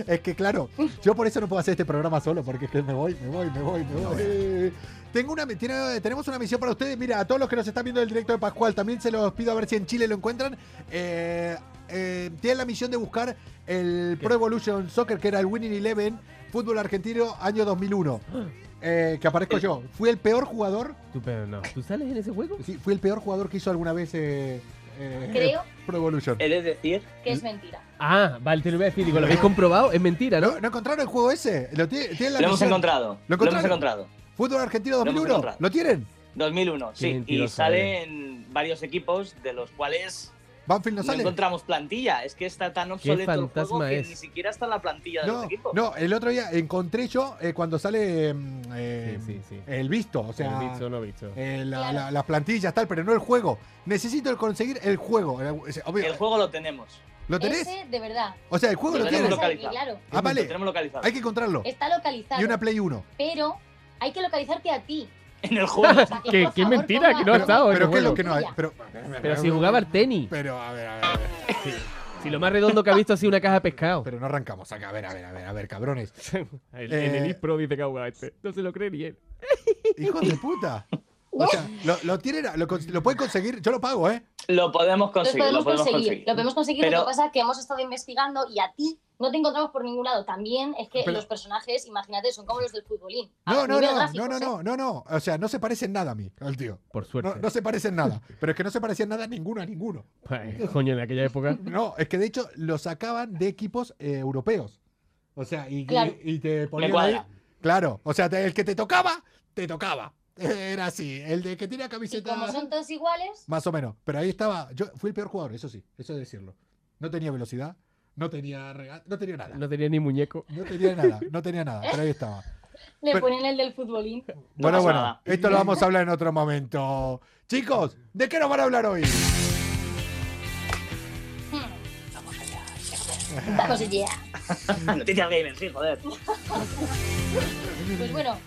[SPEAKER 2] Es que, claro, yo por eso no puedo hacer este programa solo, porque es que me voy, me voy, me voy, me voy. Tengo una, mi- tiene- tenemos una misión para ustedes. Mira, a todos los que nos están viendo del directo de Pascual, también se los pido a ver si en Chile lo encuentran. Eh, eh, tienen la misión de buscar el Pro Evolution Soccer, que era el Winning Eleven, fútbol argentino, año 2001.
[SPEAKER 3] Ah.
[SPEAKER 2] Eh, que aparezco yo. Fui el peor jugador
[SPEAKER 3] Tú, pero no. ¿Tú sales en ese juego?
[SPEAKER 2] Sí, fui el peor jugador que hizo alguna vez eh, eh,
[SPEAKER 7] Creo.
[SPEAKER 2] Pro Evolution.
[SPEAKER 10] He de decir
[SPEAKER 7] Que
[SPEAKER 2] ¿Mm?
[SPEAKER 7] es mentira.
[SPEAKER 3] Ah, vale, te lo iba a decir. Digo, ¿lo habéis comprobado? Es mentira, ¿no?
[SPEAKER 2] ¿No, no encontraron el juego ese? ¿Lo, tie- tienen la
[SPEAKER 10] Lo hemos
[SPEAKER 2] misión?
[SPEAKER 10] encontrado.
[SPEAKER 2] ¿Lo
[SPEAKER 10] Lo
[SPEAKER 2] encontraron?
[SPEAKER 10] hemos encontrado.
[SPEAKER 2] Fútbol Argentino
[SPEAKER 10] hemos
[SPEAKER 2] 2001. ¿Lo,
[SPEAKER 10] encontrado.
[SPEAKER 2] tienen?
[SPEAKER 10] 2001, sí. Y
[SPEAKER 3] mentiroso
[SPEAKER 10] salen varios equipos de los cuales
[SPEAKER 2] Banfield no
[SPEAKER 10] no,
[SPEAKER 2] sale.
[SPEAKER 10] encontramos plantilla. Es que está tan obsoleto el juego
[SPEAKER 3] fantasma
[SPEAKER 10] que
[SPEAKER 3] es?
[SPEAKER 10] ni siquiera está en la plantilla de
[SPEAKER 2] No,
[SPEAKER 10] los equipos.
[SPEAKER 2] no, el otro día encontré yo eh, cuando sale mm, eh,
[SPEAKER 3] Sí, sí, sí.
[SPEAKER 2] el visto, o sea,
[SPEAKER 3] El bicho no bicho.
[SPEAKER 2] eh, la- la- las plantillas tal, pero no el juego. Necesito conseguir el juego. Eh, o sea, obvio,
[SPEAKER 10] El juego lo tenemos.
[SPEAKER 2] ¿Lo tenés?
[SPEAKER 7] Ese, de verdad.
[SPEAKER 2] O sea, el juego
[SPEAKER 10] Lo
[SPEAKER 2] lo
[SPEAKER 7] Ese
[SPEAKER 10] tenemos
[SPEAKER 2] tienes.
[SPEAKER 7] es el que,
[SPEAKER 10] localizado.
[SPEAKER 7] Claro,
[SPEAKER 2] Ah,
[SPEAKER 10] Lo
[SPEAKER 2] vale.
[SPEAKER 10] tenemos localizado.
[SPEAKER 2] Hay que encontrarlo.
[SPEAKER 7] está localizado.
[SPEAKER 2] Y una Play 1.
[SPEAKER 7] Pero hay que localizarte a ti.
[SPEAKER 10] en el juego.
[SPEAKER 3] qué, qué mentira, que no ha estado.
[SPEAKER 2] Pero,
[SPEAKER 3] en el
[SPEAKER 2] ¿qué es lo
[SPEAKER 3] juego.
[SPEAKER 2] que no hay? Pero,
[SPEAKER 3] Pero si jugaba al tenis.
[SPEAKER 2] Pero, a ver, a ver, a ver.
[SPEAKER 3] Si lo más redondo que ha visto ha sido una caja de pescado.
[SPEAKER 2] Pero no arrancamos acá. A ver, a ver, a ver, a ver, cabrones.
[SPEAKER 3] El,
[SPEAKER 2] Eh,
[SPEAKER 3] en el IPRO dice que ha jugado este. No se lo cree ni él.
[SPEAKER 2] Hijos de puta. O sea, lo, lo tienen, lo, cons- lo pueden conseguir. Yo lo pago, ¿eh?
[SPEAKER 10] Lo podemos
[SPEAKER 12] Los
[SPEAKER 10] conseguir,
[SPEAKER 12] podemos
[SPEAKER 10] lo podemos
[SPEAKER 12] conseguir,
[SPEAKER 10] conseguir.
[SPEAKER 12] Lo podemos conseguir, lo
[SPEAKER 10] Pero-
[SPEAKER 12] que pasa es que hemos estado investigando y a ti no te encontramos por ningún lado. También es que
[SPEAKER 2] Pero-
[SPEAKER 12] los personajes, imagínate, son como los del futbolín. A
[SPEAKER 2] No, no,
[SPEAKER 12] Ah, nivel
[SPEAKER 2] no,
[SPEAKER 12] gráfico,
[SPEAKER 2] no, no,
[SPEAKER 12] ¿eh?
[SPEAKER 2] no, no, no. O sea, no se parecen nada a mí, al tío.
[SPEAKER 3] Por
[SPEAKER 2] No,
[SPEAKER 3] suerte.
[SPEAKER 2] no se parecen nada. Pero es que no se parecían nada ninguno a ninguno.
[SPEAKER 3] Pues, coño, en aquella época.
[SPEAKER 2] No, es que de hecho lo sacaban de equipos eh, europeos. O sea, y,
[SPEAKER 12] Claro.
[SPEAKER 2] y- y te ponían ahí.
[SPEAKER 10] cuadra.
[SPEAKER 2] Claro, o sea, te- el que te tocaba, te tocaba. Era así. El de que tenía
[SPEAKER 12] Y
[SPEAKER 2] camiseta.
[SPEAKER 12] como son todos iguales,
[SPEAKER 2] Más o menos. Pero ahí estaba. Yo fui el peor jugador, eso sí, eso es decirlo. No tenía velocidad, no tenía regate, no tenía nada.
[SPEAKER 3] No tenía ni muñeco.
[SPEAKER 2] No tenía nada, no tenía nada, pero ahí estaba.
[SPEAKER 12] le
[SPEAKER 2] Pero-
[SPEAKER 12] ponen el del futbolín.
[SPEAKER 2] bueno,
[SPEAKER 10] pasa
[SPEAKER 2] bueno,
[SPEAKER 10] nada.
[SPEAKER 2] esto lo vamos a hablar en otro momento. Chicos, ¿de qué nos van a hablar hoy?
[SPEAKER 12] Vamos allá.
[SPEAKER 10] Noticias gamers, sí, joder.
[SPEAKER 12] Pues bueno,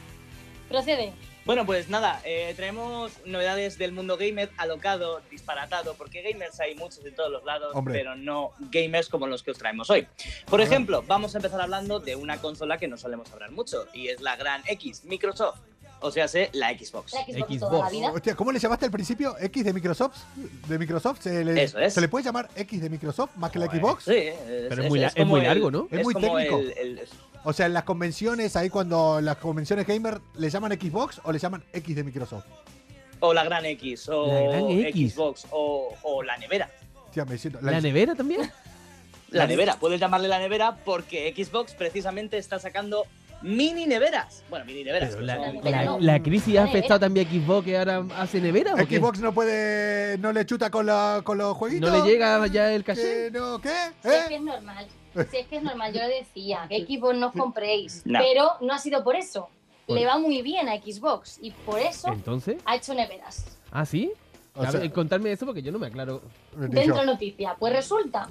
[SPEAKER 12] procede.
[SPEAKER 10] Bueno, pues nada, eh, traemos novedades del mundo gamer alocado, disparatado, porque gamers hay muchos de todos los lados,
[SPEAKER 13] Hombre.
[SPEAKER 10] pero no gamers como los que os traemos hoy. Por ejemplo, vamos a empezar hablando de una consola que no solemos hablar mucho, y es la gran X, Microsoft. O sea, sé, la Xbox.
[SPEAKER 12] La Xbox toda la vida.
[SPEAKER 2] Hostia, ¿cómo le llamaste al principio? ¿X de Microsoft? ¿De Microsoft? ¿Se le,
[SPEAKER 10] Eso es.
[SPEAKER 2] ¿se le puede llamar X de Microsoft más que la
[SPEAKER 10] Joder,
[SPEAKER 2] Xbox?
[SPEAKER 10] Sí, Pero
[SPEAKER 3] es muy la- es muy largo, ¿no?
[SPEAKER 2] Es muy
[SPEAKER 10] como
[SPEAKER 2] técnico.
[SPEAKER 10] el- el-
[SPEAKER 2] O sea, en las convenciones, ahí cuando las convenciones gamer, ¿le llaman Xbox o le llaman X de Microsoft?
[SPEAKER 10] o la gran X, o
[SPEAKER 3] La gran X.
[SPEAKER 10] Xbox, o, o la nevera.
[SPEAKER 2] Hostia, me siento-
[SPEAKER 3] ¿La nevera también?
[SPEAKER 10] La nevera, puedes llamarle la nevera porque Xbox precisamente está sacando mini neveras. Bueno, mini neveras.
[SPEAKER 3] Pero
[SPEAKER 10] que
[SPEAKER 3] la,
[SPEAKER 10] son-
[SPEAKER 3] la-
[SPEAKER 10] no.
[SPEAKER 3] la crisis ha
[SPEAKER 12] La nevera.
[SPEAKER 3] afectado también a Xbox que ahora hace nevera. ¿o qué?
[SPEAKER 2] Xbox no puede. no le chuta con, la, con los
[SPEAKER 3] ¿No
[SPEAKER 2] jueguitos.
[SPEAKER 3] le llega ya el caché?
[SPEAKER 2] Que no, ¿Qué? ¿Eh?
[SPEAKER 12] Si es que es normal, si es que es normal, yo lo decía, que Xbox no os compréis,
[SPEAKER 3] No.
[SPEAKER 12] pero no ha sido por eso.
[SPEAKER 3] Por-
[SPEAKER 12] Le va muy bien a Xbox y por eso
[SPEAKER 3] Entonces,
[SPEAKER 12] ha hecho neveras.
[SPEAKER 3] ¿ah, sí?
[SPEAKER 2] O
[SPEAKER 3] A
[SPEAKER 2] sea-
[SPEAKER 3] ver, contarme eso porque yo no me aclaro.
[SPEAKER 12] Dentro noticia. Pues resulta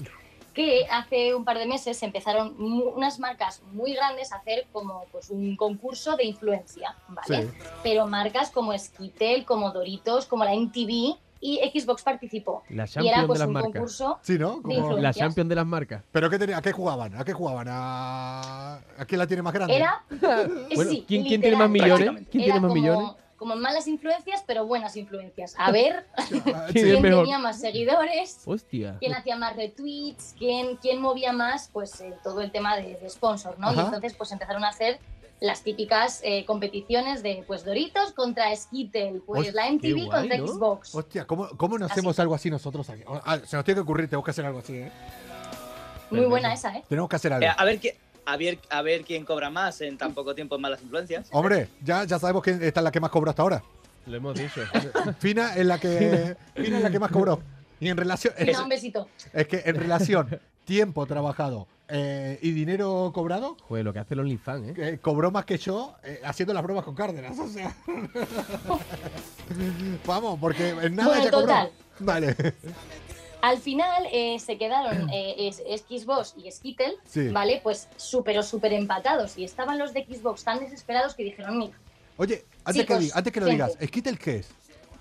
[SPEAKER 12] que hace un par de meses empezaron mu- unas marcas muy grandes a hacer como pues, un concurso de influencia, ¿vale?
[SPEAKER 14] Sí.
[SPEAKER 12] Pero marcas como Skitel, como Doritos, como la MTV y Xbox participó.
[SPEAKER 3] La
[SPEAKER 12] y
[SPEAKER 3] champion
[SPEAKER 12] era
[SPEAKER 3] de
[SPEAKER 12] pues
[SPEAKER 3] las
[SPEAKER 12] un
[SPEAKER 3] marcas.
[SPEAKER 12] concurso
[SPEAKER 2] Sí, ¿no?
[SPEAKER 12] de influencias.
[SPEAKER 3] La champion de las marcas.
[SPEAKER 2] ¿Pero qué tenía? ¿A qué jugaban? ¿A qué jugaban? ¿A, ¿A quién la tiene más grande?
[SPEAKER 12] Era. eh,
[SPEAKER 3] Bueno,
[SPEAKER 12] sí,
[SPEAKER 3] ¿quién- quién
[SPEAKER 12] literal.
[SPEAKER 3] tiene más millones? ¿Quién
[SPEAKER 12] Era
[SPEAKER 3] tiene más
[SPEAKER 12] como-
[SPEAKER 3] millones?
[SPEAKER 12] Como malas influencias, pero buenas influencias. A ver
[SPEAKER 3] ¿Quién
[SPEAKER 12] quién
[SPEAKER 3] es mejor?
[SPEAKER 12] tenía más seguidores.
[SPEAKER 3] Hostia.
[SPEAKER 12] quién hacía más retweets, quién, quién movía más, pues eh, todo el tema de, de sponsor, ¿no?
[SPEAKER 3] Ajá.
[SPEAKER 12] Y entonces pues empezaron a hacer las típicas eh, competiciones de pues Doritos contra Skittle, pues
[SPEAKER 2] Hostia,
[SPEAKER 12] la
[SPEAKER 2] qué
[SPEAKER 12] MTV
[SPEAKER 2] guay,
[SPEAKER 12] contra
[SPEAKER 2] ¿no?
[SPEAKER 12] Xbox.
[SPEAKER 2] Hostia, ¿cómo, cómo no hacemos algo así nosotros aquí? Ah, se nos tiene que ocurrir, tenemos que hacer algo así, ¿eh?
[SPEAKER 12] Muy buena esa, ¿eh?
[SPEAKER 2] Tenemos que hacer algo.
[SPEAKER 10] Eh, a, ver, qui- a, ver, a ver quién cobra más en tan poco tiempo en malas influencias.
[SPEAKER 2] Hombre, ya, ya sabemos que esta es la que más cobró hasta ahora.
[SPEAKER 3] Lo hemos dicho.
[SPEAKER 2] Fina es la que, Fina es la que más cobró. Y en relación.
[SPEAKER 12] Venga, un besito.
[SPEAKER 2] Es que en relación tiempo trabajado eh, y dinero cobrado,
[SPEAKER 3] Joder, lo que hace el OnlyFans, ¿eh?
[SPEAKER 2] eh, cobró más que yo eh, haciendo las bromas con Cárdenas. O sea. Vamos, porque en nada
[SPEAKER 12] Bueno,
[SPEAKER 2] ya cobró.
[SPEAKER 12] total.
[SPEAKER 2] Vale.
[SPEAKER 12] Al final eh, se quedaron eh, es- es Xbox y Skittle,
[SPEAKER 2] Sí.
[SPEAKER 12] ¿vale? Pues súper o súper empatados y estaban los de Xbox tan desesperados que dijeron, mira,
[SPEAKER 2] Oye, antes, que,
[SPEAKER 12] Chicos,
[SPEAKER 2] di- antes que lo
[SPEAKER 12] gente.
[SPEAKER 2] digas, ¿Skittle qué es?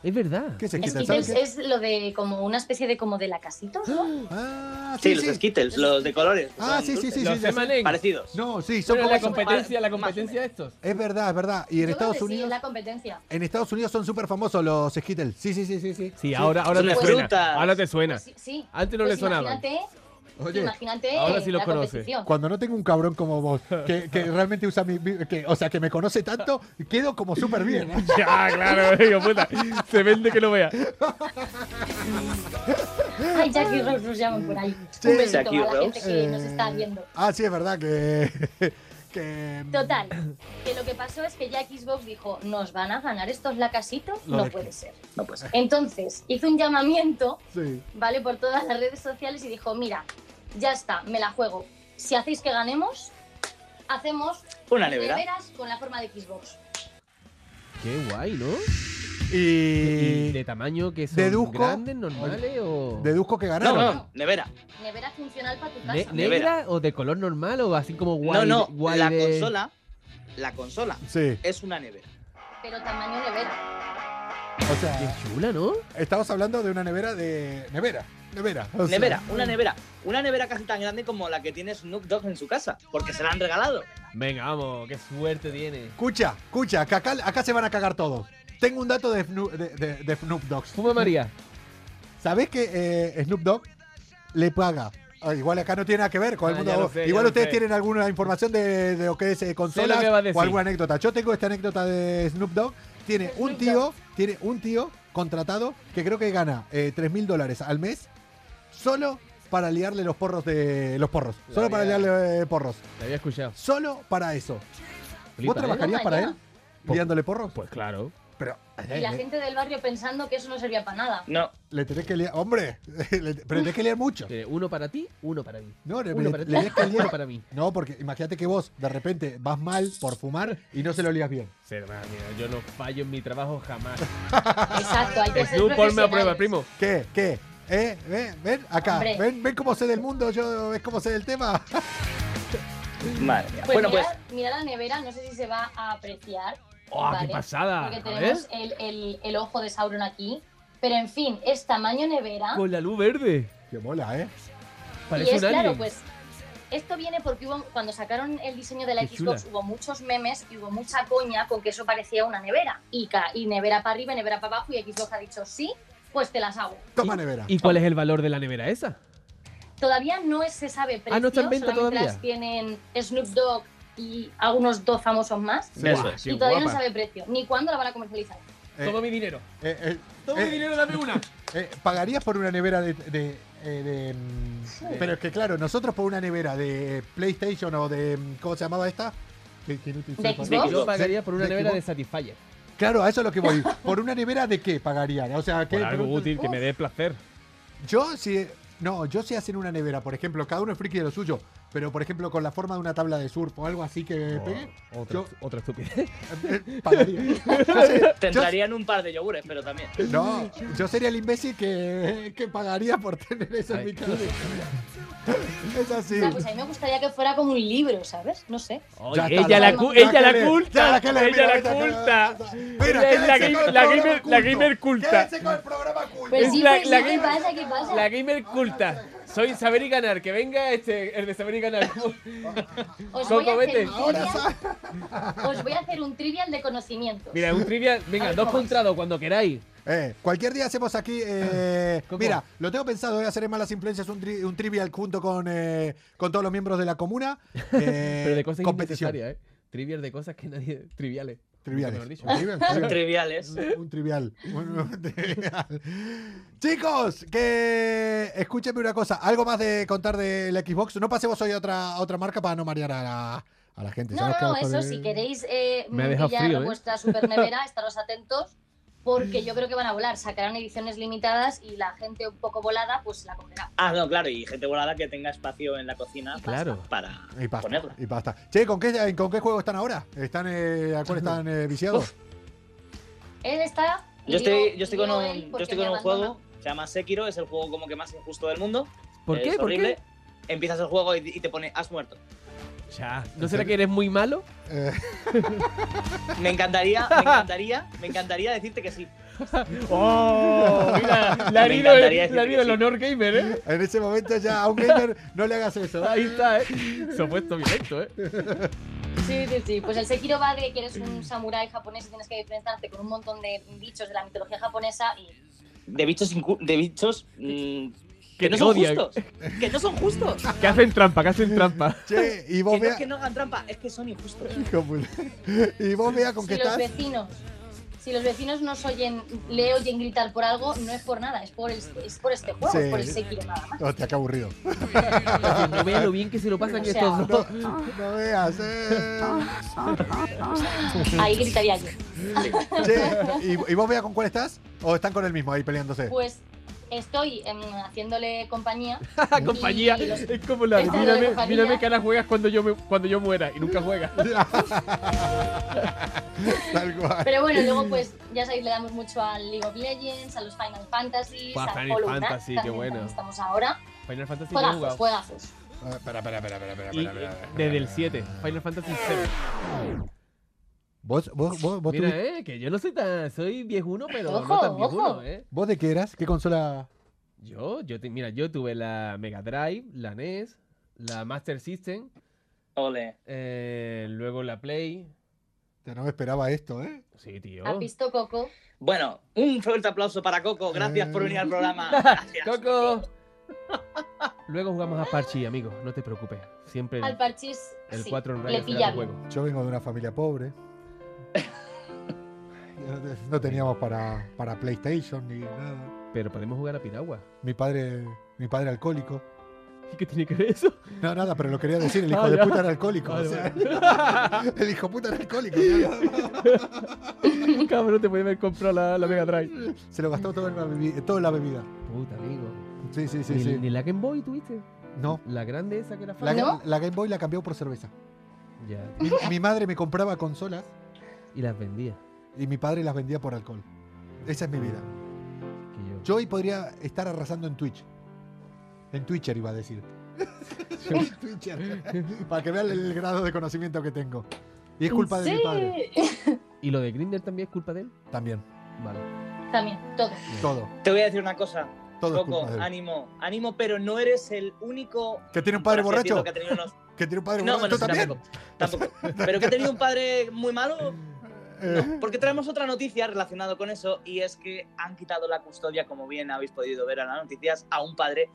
[SPEAKER 3] Es verdad.
[SPEAKER 2] ¿Qué es Skittle? ¿Sabes
[SPEAKER 12] Skittles
[SPEAKER 2] qué?
[SPEAKER 12] es lo de como una especie de como de la casita, ¿no?
[SPEAKER 2] Ah,
[SPEAKER 10] Sí, los Skittles, los de colores. que
[SPEAKER 2] Ah,
[SPEAKER 10] son
[SPEAKER 2] sí, sí, sí.
[SPEAKER 10] dulces.
[SPEAKER 2] sí, ya sé.
[SPEAKER 10] Parecidos.
[SPEAKER 2] No, sí, son
[SPEAKER 3] Pero
[SPEAKER 2] como
[SPEAKER 3] la
[SPEAKER 2] esos-
[SPEAKER 3] competencia, la competencia de estos.
[SPEAKER 2] Es verdad, es verdad. Y en
[SPEAKER 12] Yo creo
[SPEAKER 2] Estados
[SPEAKER 12] que sí,
[SPEAKER 2] Unidos.
[SPEAKER 12] la competencia.
[SPEAKER 2] En Estados Unidos son súper famosos los Skittles. Sí, sí, sí, sí, sí.
[SPEAKER 3] Sí, ahora, ahora
[SPEAKER 10] Son
[SPEAKER 3] te
[SPEAKER 10] las
[SPEAKER 3] suena.
[SPEAKER 10] frutas.
[SPEAKER 3] Ahora te suena.
[SPEAKER 12] Sí, sí.
[SPEAKER 3] Antes no
[SPEAKER 12] Pues
[SPEAKER 3] le sonaban.
[SPEAKER 12] Imagínate,
[SPEAKER 2] Oye,
[SPEAKER 12] imagínate
[SPEAKER 3] ahora sí
[SPEAKER 12] eh,
[SPEAKER 3] los
[SPEAKER 12] la
[SPEAKER 3] conoce.
[SPEAKER 12] competición.
[SPEAKER 2] Cuando no tengo un cabrón como vos, que, que realmente usa mi. mi- que- o sea, que me conoce tanto, quedo como súper bien. ¿eh?
[SPEAKER 3] Ya, claro, digo, puta. Se vende que lo vea.
[SPEAKER 12] Ay, Jackie Rose nos llaman por ahí.
[SPEAKER 2] Sí.
[SPEAKER 12] Un besito
[SPEAKER 2] Jackie
[SPEAKER 12] a la gente
[SPEAKER 2] Rose.
[SPEAKER 12] que
[SPEAKER 2] Eh,
[SPEAKER 12] nos está viendo.
[SPEAKER 2] Ah, sí, es verdad que. que
[SPEAKER 12] Total, que lo que pasó es que ya Xbox dijo, ¿nos van a ganar estos lacasitos?
[SPEAKER 2] Lo
[SPEAKER 12] No
[SPEAKER 2] de-
[SPEAKER 12] puede ser.
[SPEAKER 10] No pues, puede ser.
[SPEAKER 12] Entonces, hizo un llamamiento,
[SPEAKER 2] Sí.
[SPEAKER 12] ¿vale? Por todas las redes sociales y dijo, mira, ya está, me la juego. Si hacéis que ganemos, hacemos
[SPEAKER 10] Una nevera.
[SPEAKER 12] neveras con la forma de Xbox.
[SPEAKER 3] Qué guay, ¿no?
[SPEAKER 2] Y.
[SPEAKER 3] de tamaño que son
[SPEAKER 2] deduzco-
[SPEAKER 3] grandes, normales o.
[SPEAKER 2] Deduzco que
[SPEAKER 10] No,
[SPEAKER 2] ganaron.
[SPEAKER 10] no, nevera.
[SPEAKER 12] Nevera funcional para tu
[SPEAKER 3] Ne-
[SPEAKER 12] casa.
[SPEAKER 3] ¿Negra o de color normal o así como guay?
[SPEAKER 10] no, no,
[SPEAKER 3] guay
[SPEAKER 10] la
[SPEAKER 3] de-
[SPEAKER 10] consola, la consola
[SPEAKER 2] Sí.
[SPEAKER 10] es una nevera.
[SPEAKER 12] pero tamaño nevera.
[SPEAKER 2] O sea, chula, ¿no? Estamos hablando de una nevera de. Nevera, nevera. o sea,
[SPEAKER 10] Nevera, una nevera. Una nevera casi tan grande como la que tiene Snoop Dogg en su casa, porque se la han regalado.
[SPEAKER 3] Venga, vamos, qué suerte tiene.
[SPEAKER 2] Escucha, escucha, que acá, acá se van a cagar todos. Tengo un dato de, Fnu- de, de- de Snoop Dogg.
[SPEAKER 3] Fuma María.
[SPEAKER 2] ¿Sabés que eh, Snoop Dogg le paga? Ah, igual acá no tiene nada que ver con el
[SPEAKER 3] Ah,
[SPEAKER 2] mundo.
[SPEAKER 3] ya lo sé,
[SPEAKER 2] igual
[SPEAKER 3] ya lo
[SPEAKER 2] ustedes
[SPEAKER 3] sé.
[SPEAKER 2] tienen alguna información de, de lo que es eh, consolas
[SPEAKER 3] que va a decir.
[SPEAKER 2] o alguna anécdota. Yo tengo esta anécdota de Snoop Dogg. Tiene un tío, tiene un tío contratado que creo que gana eh, 3 mil dólares al mes solo para liarle los porros de los porros.
[SPEAKER 3] La
[SPEAKER 2] Solo para
[SPEAKER 3] vida.
[SPEAKER 2] liarle eh, porros.
[SPEAKER 3] Te había escuchado.
[SPEAKER 2] Solo para eso.
[SPEAKER 3] Flipa,
[SPEAKER 2] ¿Vos trabajarías
[SPEAKER 12] ¿eh?
[SPEAKER 2] para
[SPEAKER 12] Toma
[SPEAKER 2] él? ¿Liándole porros? Pues
[SPEAKER 3] claro.
[SPEAKER 2] Pero.
[SPEAKER 3] Eh,
[SPEAKER 2] eh,
[SPEAKER 12] Y la gente del barrio pensando que eso no servía para nada.
[SPEAKER 10] No.
[SPEAKER 2] Le tenés que liar. Hombre, le- pero tenés que liar mucho.
[SPEAKER 3] Tiene Uno para ti, uno para mí.
[SPEAKER 2] No, le,
[SPEAKER 3] Uno para
[SPEAKER 2] le
[SPEAKER 3] ti,
[SPEAKER 2] tenés que liar.
[SPEAKER 3] uno para mí.
[SPEAKER 2] No, porque imagínate que vos de repente vas mal por fumar y no se lo lías bien.
[SPEAKER 3] Sí, hermano, mira, yo no fallo en mi trabajo jamás.
[SPEAKER 12] Exacto, hay Pues que ser
[SPEAKER 3] Snoop, ponme a prueba,
[SPEAKER 12] profesionales.
[SPEAKER 3] primo. ¡Ah,
[SPEAKER 2] ¿Qué? ¿Qué? ¿Eh? ¿Ven? ¿Ven? Acá.
[SPEAKER 12] Hombre.
[SPEAKER 2] ¿Ven? ¿Ven cómo sé del mundo? Yo, ¿Ves cómo sé del tema?
[SPEAKER 10] Madre mía.
[SPEAKER 12] Pues
[SPEAKER 10] bueno, pues.
[SPEAKER 12] mirar, mirar la nevera, no sé si se va a apreciar.
[SPEAKER 3] ¡Oh, qué pasada!
[SPEAKER 12] Porque
[SPEAKER 3] A
[SPEAKER 12] tenemos el, el- el ojo de Sauron aquí. Pero en fin, es tamaño nevera.
[SPEAKER 3] Con la luz verde.
[SPEAKER 2] Qué mola, ¿eh?
[SPEAKER 12] Y
[SPEAKER 3] Parece
[SPEAKER 12] es
[SPEAKER 3] un alien.
[SPEAKER 12] claro, pues esto viene porque hubo, cuando sacaron el diseño de la
[SPEAKER 3] Qué
[SPEAKER 12] Xbox
[SPEAKER 3] chula.
[SPEAKER 12] hubo muchos memes y hubo mucha coña con que eso parecía una nevera. Y, ca- y nevera para arriba, nevera para abajo y Xbox ha dicho sí, pues te las hago.
[SPEAKER 2] Toma nevera.
[SPEAKER 3] ¿Y cuál es el valor de la nevera esa?
[SPEAKER 12] Todavía no es- se sabe precio,
[SPEAKER 3] Ah, no está en venta
[SPEAKER 12] solamente
[SPEAKER 3] todavía.
[SPEAKER 12] las tienen Snoop Dogg y algunos dos famosos más.
[SPEAKER 3] Eso
[SPEAKER 12] Guau,
[SPEAKER 3] es, qué
[SPEAKER 12] y todavía no
[SPEAKER 3] guapa.
[SPEAKER 12] sabe precio, ni cuándo la van a comercializar.
[SPEAKER 2] Eh,
[SPEAKER 3] Todo mi dinero.
[SPEAKER 2] eh, eh,
[SPEAKER 3] Todo
[SPEAKER 2] eh,
[SPEAKER 3] mi dinero, dame una.
[SPEAKER 2] eh, ¿Pagarías por una nevera de... de, eh, de, mm, Pero es que claro, nosotros por una nevera de PlayStation o de... mm, ¿Cómo se llamaba esta? Que- que no te-
[SPEAKER 12] De Xbox.
[SPEAKER 3] Yo pagaría por una
[SPEAKER 2] De
[SPEAKER 3] nevera de
[SPEAKER 2] Xbox.
[SPEAKER 3] Satisfyer.
[SPEAKER 2] Claro, a eso es lo que voy. ¿Por una nevera de qué pagarían? O sea, ¿qué,
[SPEAKER 3] Por algo
[SPEAKER 2] pregunto-
[SPEAKER 3] útil que me dé placer.
[SPEAKER 2] Yo si no, yo sé hacer una nevera, por ejemplo, cada uno es friki de lo suyo, pero por ejemplo con la forma de una tabla de surf o algo así que pegue,
[SPEAKER 3] Oh, otra,
[SPEAKER 2] yo
[SPEAKER 3] otra estupidez.
[SPEAKER 2] eh, pagaría. Yo sé-
[SPEAKER 10] Tendrían un par de yogures, pero también.
[SPEAKER 2] yo- no, yo sería el imbécil que, que pagaría por tener eso en
[SPEAKER 3] Ay.
[SPEAKER 2] mi casa. Es así.
[SPEAKER 12] Claro, pues a mí me gustaría que fuera como un libro, ¿sabes? No sé.
[SPEAKER 3] Oye,
[SPEAKER 2] Ya está,
[SPEAKER 3] ella
[SPEAKER 2] la-
[SPEAKER 3] la, cu-
[SPEAKER 2] ya
[SPEAKER 3] ella
[SPEAKER 2] que
[SPEAKER 3] la
[SPEAKER 2] le- ya
[SPEAKER 3] culta.
[SPEAKER 2] la que le- mira,
[SPEAKER 3] Ella
[SPEAKER 2] vete
[SPEAKER 3] la
[SPEAKER 2] a
[SPEAKER 3] culta.
[SPEAKER 2] cagar. Mira,
[SPEAKER 3] Ella es
[SPEAKER 2] quédense
[SPEAKER 3] la
[SPEAKER 2] con
[SPEAKER 3] game-
[SPEAKER 2] el
[SPEAKER 3] la
[SPEAKER 2] programa
[SPEAKER 3] gamer- la
[SPEAKER 2] culto.
[SPEAKER 3] gamer culta.
[SPEAKER 2] Quédense con el programa culto.
[SPEAKER 12] Pues
[SPEAKER 3] Es
[SPEAKER 12] sí,
[SPEAKER 3] la-
[SPEAKER 12] pues sí,
[SPEAKER 3] la
[SPEAKER 12] ¿qué
[SPEAKER 3] game-
[SPEAKER 12] pasa? ¿Qué pasa?
[SPEAKER 3] La gamer culta. Soy saber y ganar. Que venga este, el de saber y ganar.
[SPEAKER 12] Os voy,
[SPEAKER 3] Coco,
[SPEAKER 12] a hacer
[SPEAKER 3] vete.
[SPEAKER 12] un trivial, os voy a hacer un trivial de conocimientos.
[SPEAKER 3] Mira, un trivial. Venga, dos contra dos cuando queráis.
[SPEAKER 2] Eh, cualquier día hacemos aquí. eh,
[SPEAKER 3] Coco.
[SPEAKER 2] mira, lo tengo pensado, voy a hacer en malas influencias un, tri- un trivial junto con, eh, con todos los miembros de la comuna. eh,
[SPEAKER 3] Pero de cosas
[SPEAKER 2] competición.
[SPEAKER 3] innecesarias, ¿eh? Trivial de cosas que nadie. Triviales.
[SPEAKER 2] Triviales.
[SPEAKER 3] Mejor dicho.
[SPEAKER 2] Un trivial, trivial.
[SPEAKER 10] Triviales.
[SPEAKER 2] Un- un trivial. Un- un trivial. Chicos, que escúchenme una cosa. Algo más de contar de la Xbox. No pasemos hoy a otra, a otra marca para no marear a la, a la gente.
[SPEAKER 12] No,
[SPEAKER 2] Ya nos
[SPEAKER 12] no, no,
[SPEAKER 2] quedamos con
[SPEAKER 12] eso
[SPEAKER 2] el-
[SPEAKER 12] si queréis eh,
[SPEAKER 3] Me ha dejado
[SPEAKER 12] pillar
[SPEAKER 3] frío, ¿eh?
[SPEAKER 12] vuestra super nevera, estaros atentos, porque yo creo que van a volar. Sacarán ediciones limitadas y la gente un poco volada, pues la comprará.
[SPEAKER 10] Ah, no, claro, y gente volada que tenga espacio en la cocina
[SPEAKER 3] Claro.
[SPEAKER 10] para
[SPEAKER 2] Y basta,
[SPEAKER 10] ponerla.
[SPEAKER 2] y basta. Che, ¿con qué, ¿con qué juego están ahora? ¿Están, eh, ¿A cuál están eh, viciados?
[SPEAKER 12] Él está. y
[SPEAKER 10] Yo estoy,
[SPEAKER 12] digo-
[SPEAKER 10] yo estoy
[SPEAKER 12] digo
[SPEAKER 10] con
[SPEAKER 12] él
[SPEAKER 10] un, yo
[SPEAKER 12] porque
[SPEAKER 10] estoy
[SPEAKER 12] me
[SPEAKER 10] con un
[SPEAKER 12] abandona.
[SPEAKER 10] juego, se llama Sekiro, es el juego como que más injusto del mundo.
[SPEAKER 3] ¿Por
[SPEAKER 10] es
[SPEAKER 3] qué? ¿Por
[SPEAKER 10] horrible.
[SPEAKER 3] qué?
[SPEAKER 10] Empiezas el juego y, y te pone, has muerto.
[SPEAKER 3] Ya. ¿No será que eres muy malo?
[SPEAKER 2] Eh,
[SPEAKER 10] Me encantaría, me encantaría, me encantaría decirte que sí.
[SPEAKER 3] ¡Oh! Mira, le ha
[SPEAKER 10] Me
[SPEAKER 3] herido el,
[SPEAKER 10] encantaría
[SPEAKER 3] le ha
[SPEAKER 10] decirte
[SPEAKER 3] herido
[SPEAKER 10] que
[SPEAKER 3] el
[SPEAKER 10] sí.
[SPEAKER 3] honor gamer, ¿eh?
[SPEAKER 2] En ese momento ya a un gamer no le hagas eso.
[SPEAKER 3] Ahí está, ¿eh? Se ha puesto violento, ¿eh?
[SPEAKER 12] Sí, sí, sí. Pues el Sekiro va de que eres un samurái japonés y tienes que enfrentarte con un montón de bichos de la mitología japonesa y
[SPEAKER 10] De bichos, incu- de bichos mm,
[SPEAKER 3] Que
[SPEAKER 10] que, no
[SPEAKER 3] te
[SPEAKER 10] son
[SPEAKER 3] odian.
[SPEAKER 10] justos. Que no son justos.
[SPEAKER 3] Que hacen trampa, que hacen trampa.
[SPEAKER 2] Che, y
[SPEAKER 10] Que
[SPEAKER 2] vos
[SPEAKER 10] no es
[SPEAKER 2] vea.
[SPEAKER 10] que no hagan trampa, es que son injustos.
[SPEAKER 2] Hijo puta. Y vos vea con
[SPEAKER 12] si
[SPEAKER 2] qué
[SPEAKER 12] los
[SPEAKER 2] estás.
[SPEAKER 12] vecinos si los vecinos nos oyen le oyen gritar por algo no es por nada es por el, es por este juego
[SPEAKER 2] Sí.
[SPEAKER 12] es por el Sekiro nada más
[SPEAKER 2] Hostia, qué aburrido.
[SPEAKER 3] No veas lo bien que se lo pasan
[SPEAKER 12] O sea,
[SPEAKER 3] estos dos.
[SPEAKER 2] No, no veas, eh.
[SPEAKER 12] ahí gritaría yo
[SPEAKER 2] Che, y, y vos vea con cuál estás. O están con el mismo ahí peleándose.
[SPEAKER 12] pues estoy em, haciéndole compañía
[SPEAKER 3] Ah, compañía.
[SPEAKER 12] Y los-
[SPEAKER 3] Es como la de,
[SPEAKER 12] Esa es la de
[SPEAKER 3] mírame,
[SPEAKER 12] compañía.
[SPEAKER 3] mírame que ahora juegas cuando yo, me- cuando yo muera. Y nunca juegas.
[SPEAKER 2] Tal cual.
[SPEAKER 12] pero bueno luego pues ya sabéis le damos mucho al League of Legends a los Final Fantasy
[SPEAKER 3] Buah,
[SPEAKER 12] a
[SPEAKER 3] Final
[SPEAKER 12] Hollow Knight,
[SPEAKER 3] Fantasy, qué
[SPEAKER 12] también,
[SPEAKER 3] bueno.
[SPEAKER 12] también estamos ahora
[SPEAKER 3] Final Fantasy no he
[SPEAKER 12] juegazos
[SPEAKER 3] jugado.
[SPEAKER 12] juegazos
[SPEAKER 2] Ah, Espera, espera, espera, espera, espera,
[SPEAKER 3] Y,
[SPEAKER 12] Ah.
[SPEAKER 2] espera, espera, espera.
[SPEAKER 3] desde el 7. Final Fantasy 7.
[SPEAKER 2] ¿Vos, vos, vos, vos
[SPEAKER 3] Mira,
[SPEAKER 2] tuvi-
[SPEAKER 3] eh, que yo no soy tan. Soy viejuno, pero no
[SPEAKER 2] Ojo,
[SPEAKER 3] tan
[SPEAKER 2] ojo.
[SPEAKER 3] viejuno, eh.
[SPEAKER 2] ¿Vos de qué eras? ¿Qué consola?
[SPEAKER 3] Yo, yo te- mira, yo tuve la Mega Drive, la NES, la Master System,
[SPEAKER 10] Ole.
[SPEAKER 3] eh, luego la Play.
[SPEAKER 2] Ya no me esperaba esto, ¿eh?
[SPEAKER 3] Sí, tío.
[SPEAKER 12] ¿Has visto Coco?
[SPEAKER 10] Bueno, un fuerte aplauso para Coco. Gracias por venir al programa.
[SPEAKER 2] Eh.
[SPEAKER 3] ¡Coco! Luego jugamos a Parchi, amigo, no te preocupes. Siempre
[SPEAKER 12] Al parchís
[SPEAKER 3] el
[SPEAKER 12] sí,
[SPEAKER 3] 4 en
[SPEAKER 12] le
[SPEAKER 3] raya será
[SPEAKER 12] pilla
[SPEAKER 3] tu juego.
[SPEAKER 2] Yo vengo de una familia pobre. No te- No teníamos para, para PlayStation ni nada.
[SPEAKER 3] Pero podemos jugar a Piragua.
[SPEAKER 2] Mi padre, mi padre alcohólico.
[SPEAKER 3] ¿Y qué tiene que ver eso?
[SPEAKER 2] No, nada, pero lo quería decir. El hijo
[SPEAKER 3] Ah,
[SPEAKER 2] de
[SPEAKER 3] ya.
[SPEAKER 2] puta era alcohólico. o
[SPEAKER 3] Vale,
[SPEAKER 2] sea, el hijo puta era alcohólico.
[SPEAKER 3] Cabrón, te puede haber comprado la, la Mega Drive.
[SPEAKER 2] Se lo gastó todo en la, bebi- todo en la bebida.
[SPEAKER 3] Puta, amigo.
[SPEAKER 2] Sí, sí, sí.
[SPEAKER 3] ni,
[SPEAKER 2] sí.
[SPEAKER 3] ni la Game Boy tuviste.
[SPEAKER 2] No.
[SPEAKER 3] La grande esa que era
[SPEAKER 2] La,
[SPEAKER 3] fan.
[SPEAKER 2] ga- la Game Boy la cambió por cerveza.
[SPEAKER 3] Ya.
[SPEAKER 2] Mi, mi madre me compraba consolas
[SPEAKER 3] Y las vendía.
[SPEAKER 2] y mi padre las vendía por alcohol. Esa es mi vida.
[SPEAKER 3] Que yo.
[SPEAKER 2] Yo hoy podría estar arrasando en Twitch. En Twitcher iba a decir. En Twitcher. Para que vean el grado de conocimiento que tengo. Y es culpa de mi padre.
[SPEAKER 3] ¿Y lo de Grinder también es culpa de él?
[SPEAKER 2] También.
[SPEAKER 3] Vale.
[SPEAKER 12] También, todo.
[SPEAKER 2] Todo.
[SPEAKER 10] Te voy a decir una cosa.
[SPEAKER 2] Todo es
[SPEAKER 10] Coco,
[SPEAKER 2] culpa de él.
[SPEAKER 10] ánimo, ánimo, pero no eres el único.
[SPEAKER 2] ¿Que tiene un padre
[SPEAKER 10] por así
[SPEAKER 2] borracho?
[SPEAKER 10] decirlo, que ha tenido unos-
[SPEAKER 2] Que tiene un padre
[SPEAKER 10] No,
[SPEAKER 2] borracho
[SPEAKER 10] bueno, sí,
[SPEAKER 2] también.
[SPEAKER 10] tampoco. tampoco. Pero que ha tenido un padre muy malo.
[SPEAKER 2] Eh,
[SPEAKER 10] Porque traemos otra noticia relacionada con eso y es que han quitado la custodia, como bien habéis podido ver en las noticias, a un padre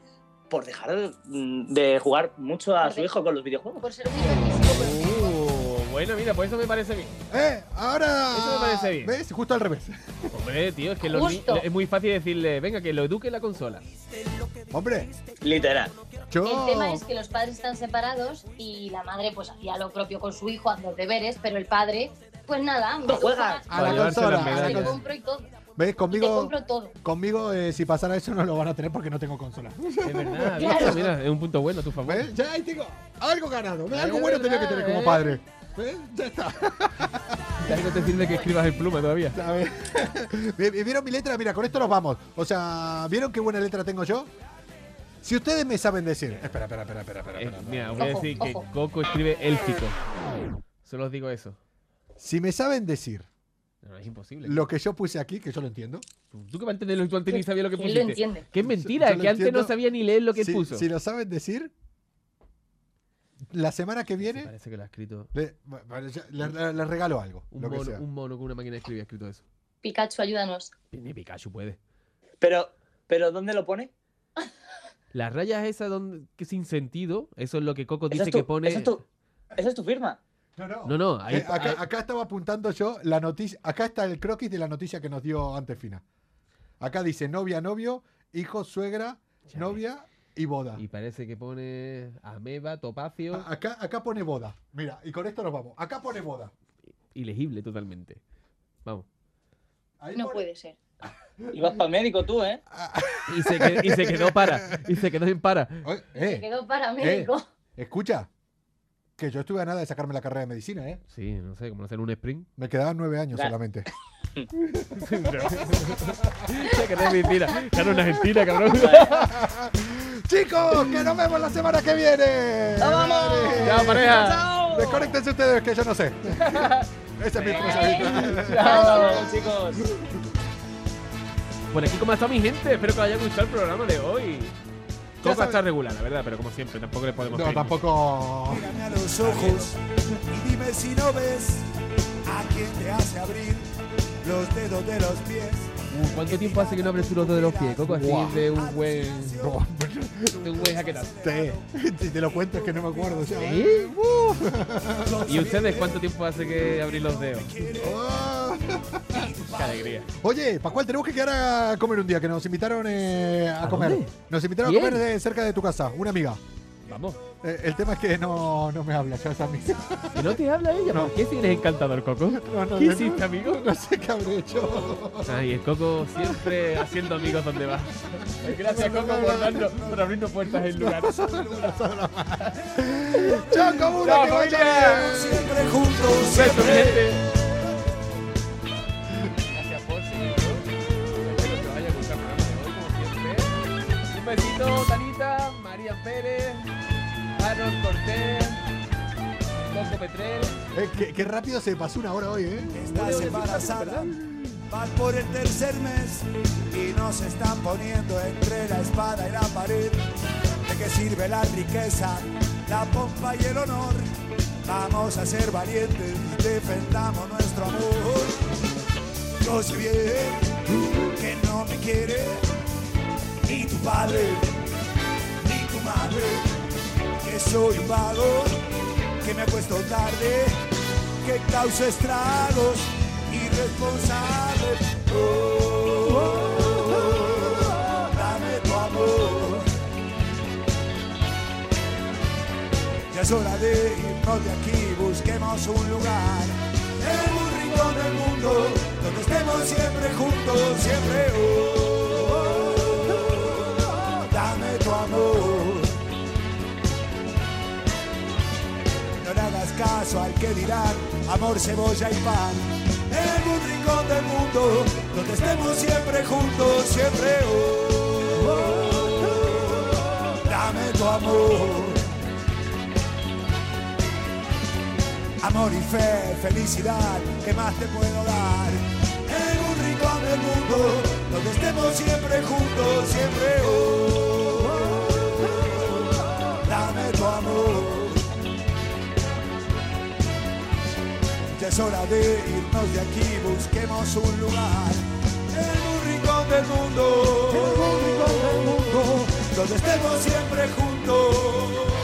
[SPEAKER 10] por dejar mm, de jugar mucho a su hijo con los videojuegos.
[SPEAKER 12] Por ser muy permisivo.
[SPEAKER 2] Oh.
[SPEAKER 3] Uh, bueno, mira, pues eso me parece bien.
[SPEAKER 2] eh, ahora.
[SPEAKER 3] Eso me parece bien.
[SPEAKER 2] ¿Ves? Justo al revés.
[SPEAKER 3] Hombre, tío, es que los ni-
[SPEAKER 12] Justo.
[SPEAKER 3] es muy fácil decirle, venga, que lo eduque la consola.
[SPEAKER 2] Hombre,
[SPEAKER 10] Literal.
[SPEAKER 2] yo.
[SPEAKER 12] El tema es que los padres están separados y la madre pues hacía lo propio con su hijo, hacía los deberes, pero el padre, pues nada, me
[SPEAKER 10] No juegas.
[SPEAKER 12] toca,
[SPEAKER 2] A
[SPEAKER 3] Para
[SPEAKER 2] la
[SPEAKER 3] llevarse
[SPEAKER 2] consola.
[SPEAKER 3] las
[SPEAKER 2] a la
[SPEAKER 12] te
[SPEAKER 3] medallas.
[SPEAKER 2] consola.
[SPEAKER 12] compro y todo,
[SPEAKER 2] ¿Ves?
[SPEAKER 12] y te
[SPEAKER 2] Conmigo,
[SPEAKER 12] compro todo.
[SPEAKER 2] conmigo eh, si pasara eso, no lo van a tener porque no tengo consola.
[SPEAKER 3] Es verdad,
[SPEAKER 12] Claro.
[SPEAKER 3] ¿viste? mira, es un punto bueno a tu favor.
[SPEAKER 2] ¿Ves? Ya ahí tengo algo ganado. ¿Ves?
[SPEAKER 3] Es
[SPEAKER 2] Algo bueno tenía que
[SPEAKER 3] verdad,
[SPEAKER 2] tener como
[SPEAKER 3] eh.
[SPEAKER 2] padre. ¿Ves? Ya está.
[SPEAKER 3] Ya que no te sirve que escribas en pluma todavía.
[SPEAKER 2] A ver. ¿Vi- ¿Vieron mi letra? Mira, con esto nos vamos. O sea, ¿vieron qué buena letra tengo yo? Si ustedes me saben decir. Espera, espera, espera, espera, espera,
[SPEAKER 3] Eh,
[SPEAKER 2] espera.
[SPEAKER 3] mira, voy a
[SPEAKER 12] Ojo,
[SPEAKER 3] decir que
[SPEAKER 12] ojo.
[SPEAKER 3] Coco escribe élfico. Solo os digo eso.
[SPEAKER 2] Si me saben decir
[SPEAKER 3] No, es imposible.
[SPEAKER 2] lo que yo puse aquí, que yo lo entiendo.
[SPEAKER 3] ¿Tú, tú que vas a entenderlo? Tú antes ni sabías lo que
[SPEAKER 12] ¿Quién lo
[SPEAKER 3] pusiste.
[SPEAKER 12] entiende?
[SPEAKER 3] Que es mentira,
[SPEAKER 2] Yo- yo lo
[SPEAKER 3] que antes
[SPEAKER 2] entiendo.
[SPEAKER 3] no sabía ni leer lo que
[SPEAKER 2] si,
[SPEAKER 3] puso.
[SPEAKER 2] si lo saben decir, la semana que
[SPEAKER 3] Sí,
[SPEAKER 2] viene
[SPEAKER 3] Parece que lo ha escrito
[SPEAKER 2] le, bueno, ya- le- le- le regalo algo.
[SPEAKER 3] un
[SPEAKER 2] lo que
[SPEAKER 3] mono,
[SPEAKER 2] sea.
[SPEAKER 3] un mono con una máquina de escribir ha escrito eso.
[SPEAKER 12] Pikachu, ayúdanos.
[SPEAKER 3] Ni Pikachu puede.
[SPEAKER 10] Pero, pero ¿dónde lo pone?
[SPEAKER 3] Las rayas esas donde, que sin sentido, eso es lo que Coco
[SPEAKER 10] Esa
[SPEAKER 3] dice
[SPEAKER 10] es,
[SPEAKER 3] que
[SPEAKER 10] tu,
[SPEAKER 3] pone.
[SPEAKER 10] esa es tu- esa es tu firma.
[SPEAKER 2] No, no.
[SPEAKER 3] No, no, ahí,
[SPEAKER 2] Eh, acá,
[SPEAKER 3] ahí-
[SPEAKER 2] acá estaba apuntando yo la noticia. Acá está el croquis de la noticia que nos dio antes Fina. Acá dice novia, novio, hijo, suegra,
[SPEAKER 3] Ya
[SPEAKER 2] novia y boda.
[SPEAKER 3] Y parece que pone ameba, topacio,
[SPEAKER 2] A- Acá, acá pone boda. Mira, y con esto nos vamos. Acá pone boda.
[SPEAKER 3] ilegible totalmente. Vamos.
[SPEAKER 2] Ahí
[SPEAKER 12] No
[SPEAKER 2] pone-
[SPEAKER 12] puede ser.
[SPEAKER 10] Y vas para el médico tú, ¿eh?
[SPEAKER 3] Y se, qued- y se quedó para. Y se quedó en para.
[SPEAKER 2] Oye,
[SPEAKER 12] Se
[SPEAKER 2] eh,
[SPEAKER 12] quedó para México.
[SPEAKER 2] escucha. Que yo estuve a nada de sacarme la carrera de medicina, ¿eh?
[SPEAKER 3] Sí, no sé, como hacer un sprint.
[SPEAKER 2] Me quedaban nueve años
[SPEAKER 10] Claro.
[SPEAKER 2] solamente.
[SPEAKER 3] Se quedó en mentira. Claro, en Argentina, cabrón.
[SPEAKER 2] Chicos, que nos vemos la semana que viene.
[SPEAKER 10] vamos!
[SPEAKER 3] ¡Chao, pareja!
[SPEAKER 10] ¡Chao!
[SPEAKER 2] Desconéctense ustedes, que yo no sé. Esa es mi responsabilidad.
[SPEAKER 3] Ah,
[SPEAKER 10] ¡Chao, chicos!
[SPEAKER 3] Por aquí como está mi gente. Espero que os haya gustado el programa de hoy.
[SPEAKER 2] Ya
[SPEAKER 3] Coco
[SPEAKER 2] sabe-
[SPEAKER 3] está regular, la verdad, pero como siempre, tampoco le podemos
[SPEAKER 2] No,
[SPEAKER 3] pedir mucho.
[SPEAKER 2] tampoco.
[SPEAKER 6] Mírame a los ojos y dime si no ves a quien te hace abrir los dedos de los pies.
[SPEAKER 3] Uh, ¿Cuánto tiempo hace que no abres tú los dedos de los pies, Coco? Así
[SPEAKER 2] Guau.
[SPEAKER 3] de un buen. De un buen jaquetazo.
[SPEAKER 2] Sí, si te lo cuento es que no me acuerdo. ya. Uh.
[SPEAKER 3] ¿Sí? ¿Y ustedes cuánto tiempo hace que abrís los dedos?
[SPEAKER 2] Ah.
[SPEAKER 3] Qué alegría.
[SPEAKER 2] Oye, Pascual, tenemos que quedar a comer un día, que nos invitaron eh, a,
[SPEAKER 3] ¿A
[SPEAKER 2] comer.
[SPEAKER 3] dónde?
[SPEAKER 2] Nos invitaron a
[SPEAKER 3] Bien.
[SPEAKER 2] comer de- cerca de tu casa, una amiga.
[SPEAKER 3] Vamos.
[SPEAKER 2] Eh, el tema es que no, no me habla, ya está mí.
[SPEAKER 3] ¿Que no te habla ella?
[SPEAKER 2] No.
[SPEAKER 3] ¿Por qué si eres encantador, Coco?
[SPEAKER 2] No, no,
[SPEAKER 3] ¿Qué
[SPEAKER 2] no,
[SPEAKER 3] hiciste,
[SPEAKER 2] no.
[SPEAKER 3] amigo?
[SPEAKER 2] No sé qué habré hecho.
[SPEAKER 3] Ay, el Coco siempre haciendo amigos donde va. Gracias, Coco, por, darnos- por abrirnos puertas en lugar.
[SPEAKER 2] ¡Chao, comuna!
[SPEAKER 3] Chao,
[SPEAKER 2] que vaya
[SPEAKER 3] familia.
[SPEAKER 2] bien.
[SPEAKER 6] Siempre juntos,
[SPEAKER 3] Besos, mi
[SPEAKER 6] siempre.
[SPEAKER 3] gente. Gracias por seguirnos. Espero que os haya gustado el programa de hoy, como siempre. Un besito, Tanita, María Pérez, Aaron Cortés, Coco Petrel.
[SPEAKER 2] Eh, qué, qué rápido se pasó una hora hoy, ¿eh?
[SPEAKER 6] Estás embarazada, vas por el tercer mes y nos están poniendo entre la espada y la pared. ¿De qué sirve la riqueza, la pompa y el honor? Vamos a ser valientes, defendamos nuestro amor. Yo sé bien que no me quiere ni tu padre ni tu madre, que soy un vago, que me acuesto tarde, que causo estragos irresponsables. Oh, oh, oh, dame tu amor. Ya es hora de irnos de aquí, busquemos un lugar en un rincón del mundo donde estemos siempre juntos, siempre. oh, oh, oh, dame tu amor. No le hagas caso al que dirán amor, cebolla y pan. En un rincón del mundo donde estemos siempre juntos, siempre. oh, oh, oh, dame tu amor. Amor y fe, felicidad, ¿qué más te puedo dar? En un rincón del mundo, donde estemos siempre juntos, siempre. Oh, oh, oh, dame tu amor. Ya es hora de irnos de aquí, busquemos un lugar. En un rincón del mundo, en un rincón del mundo, donde estemos siempre juntos.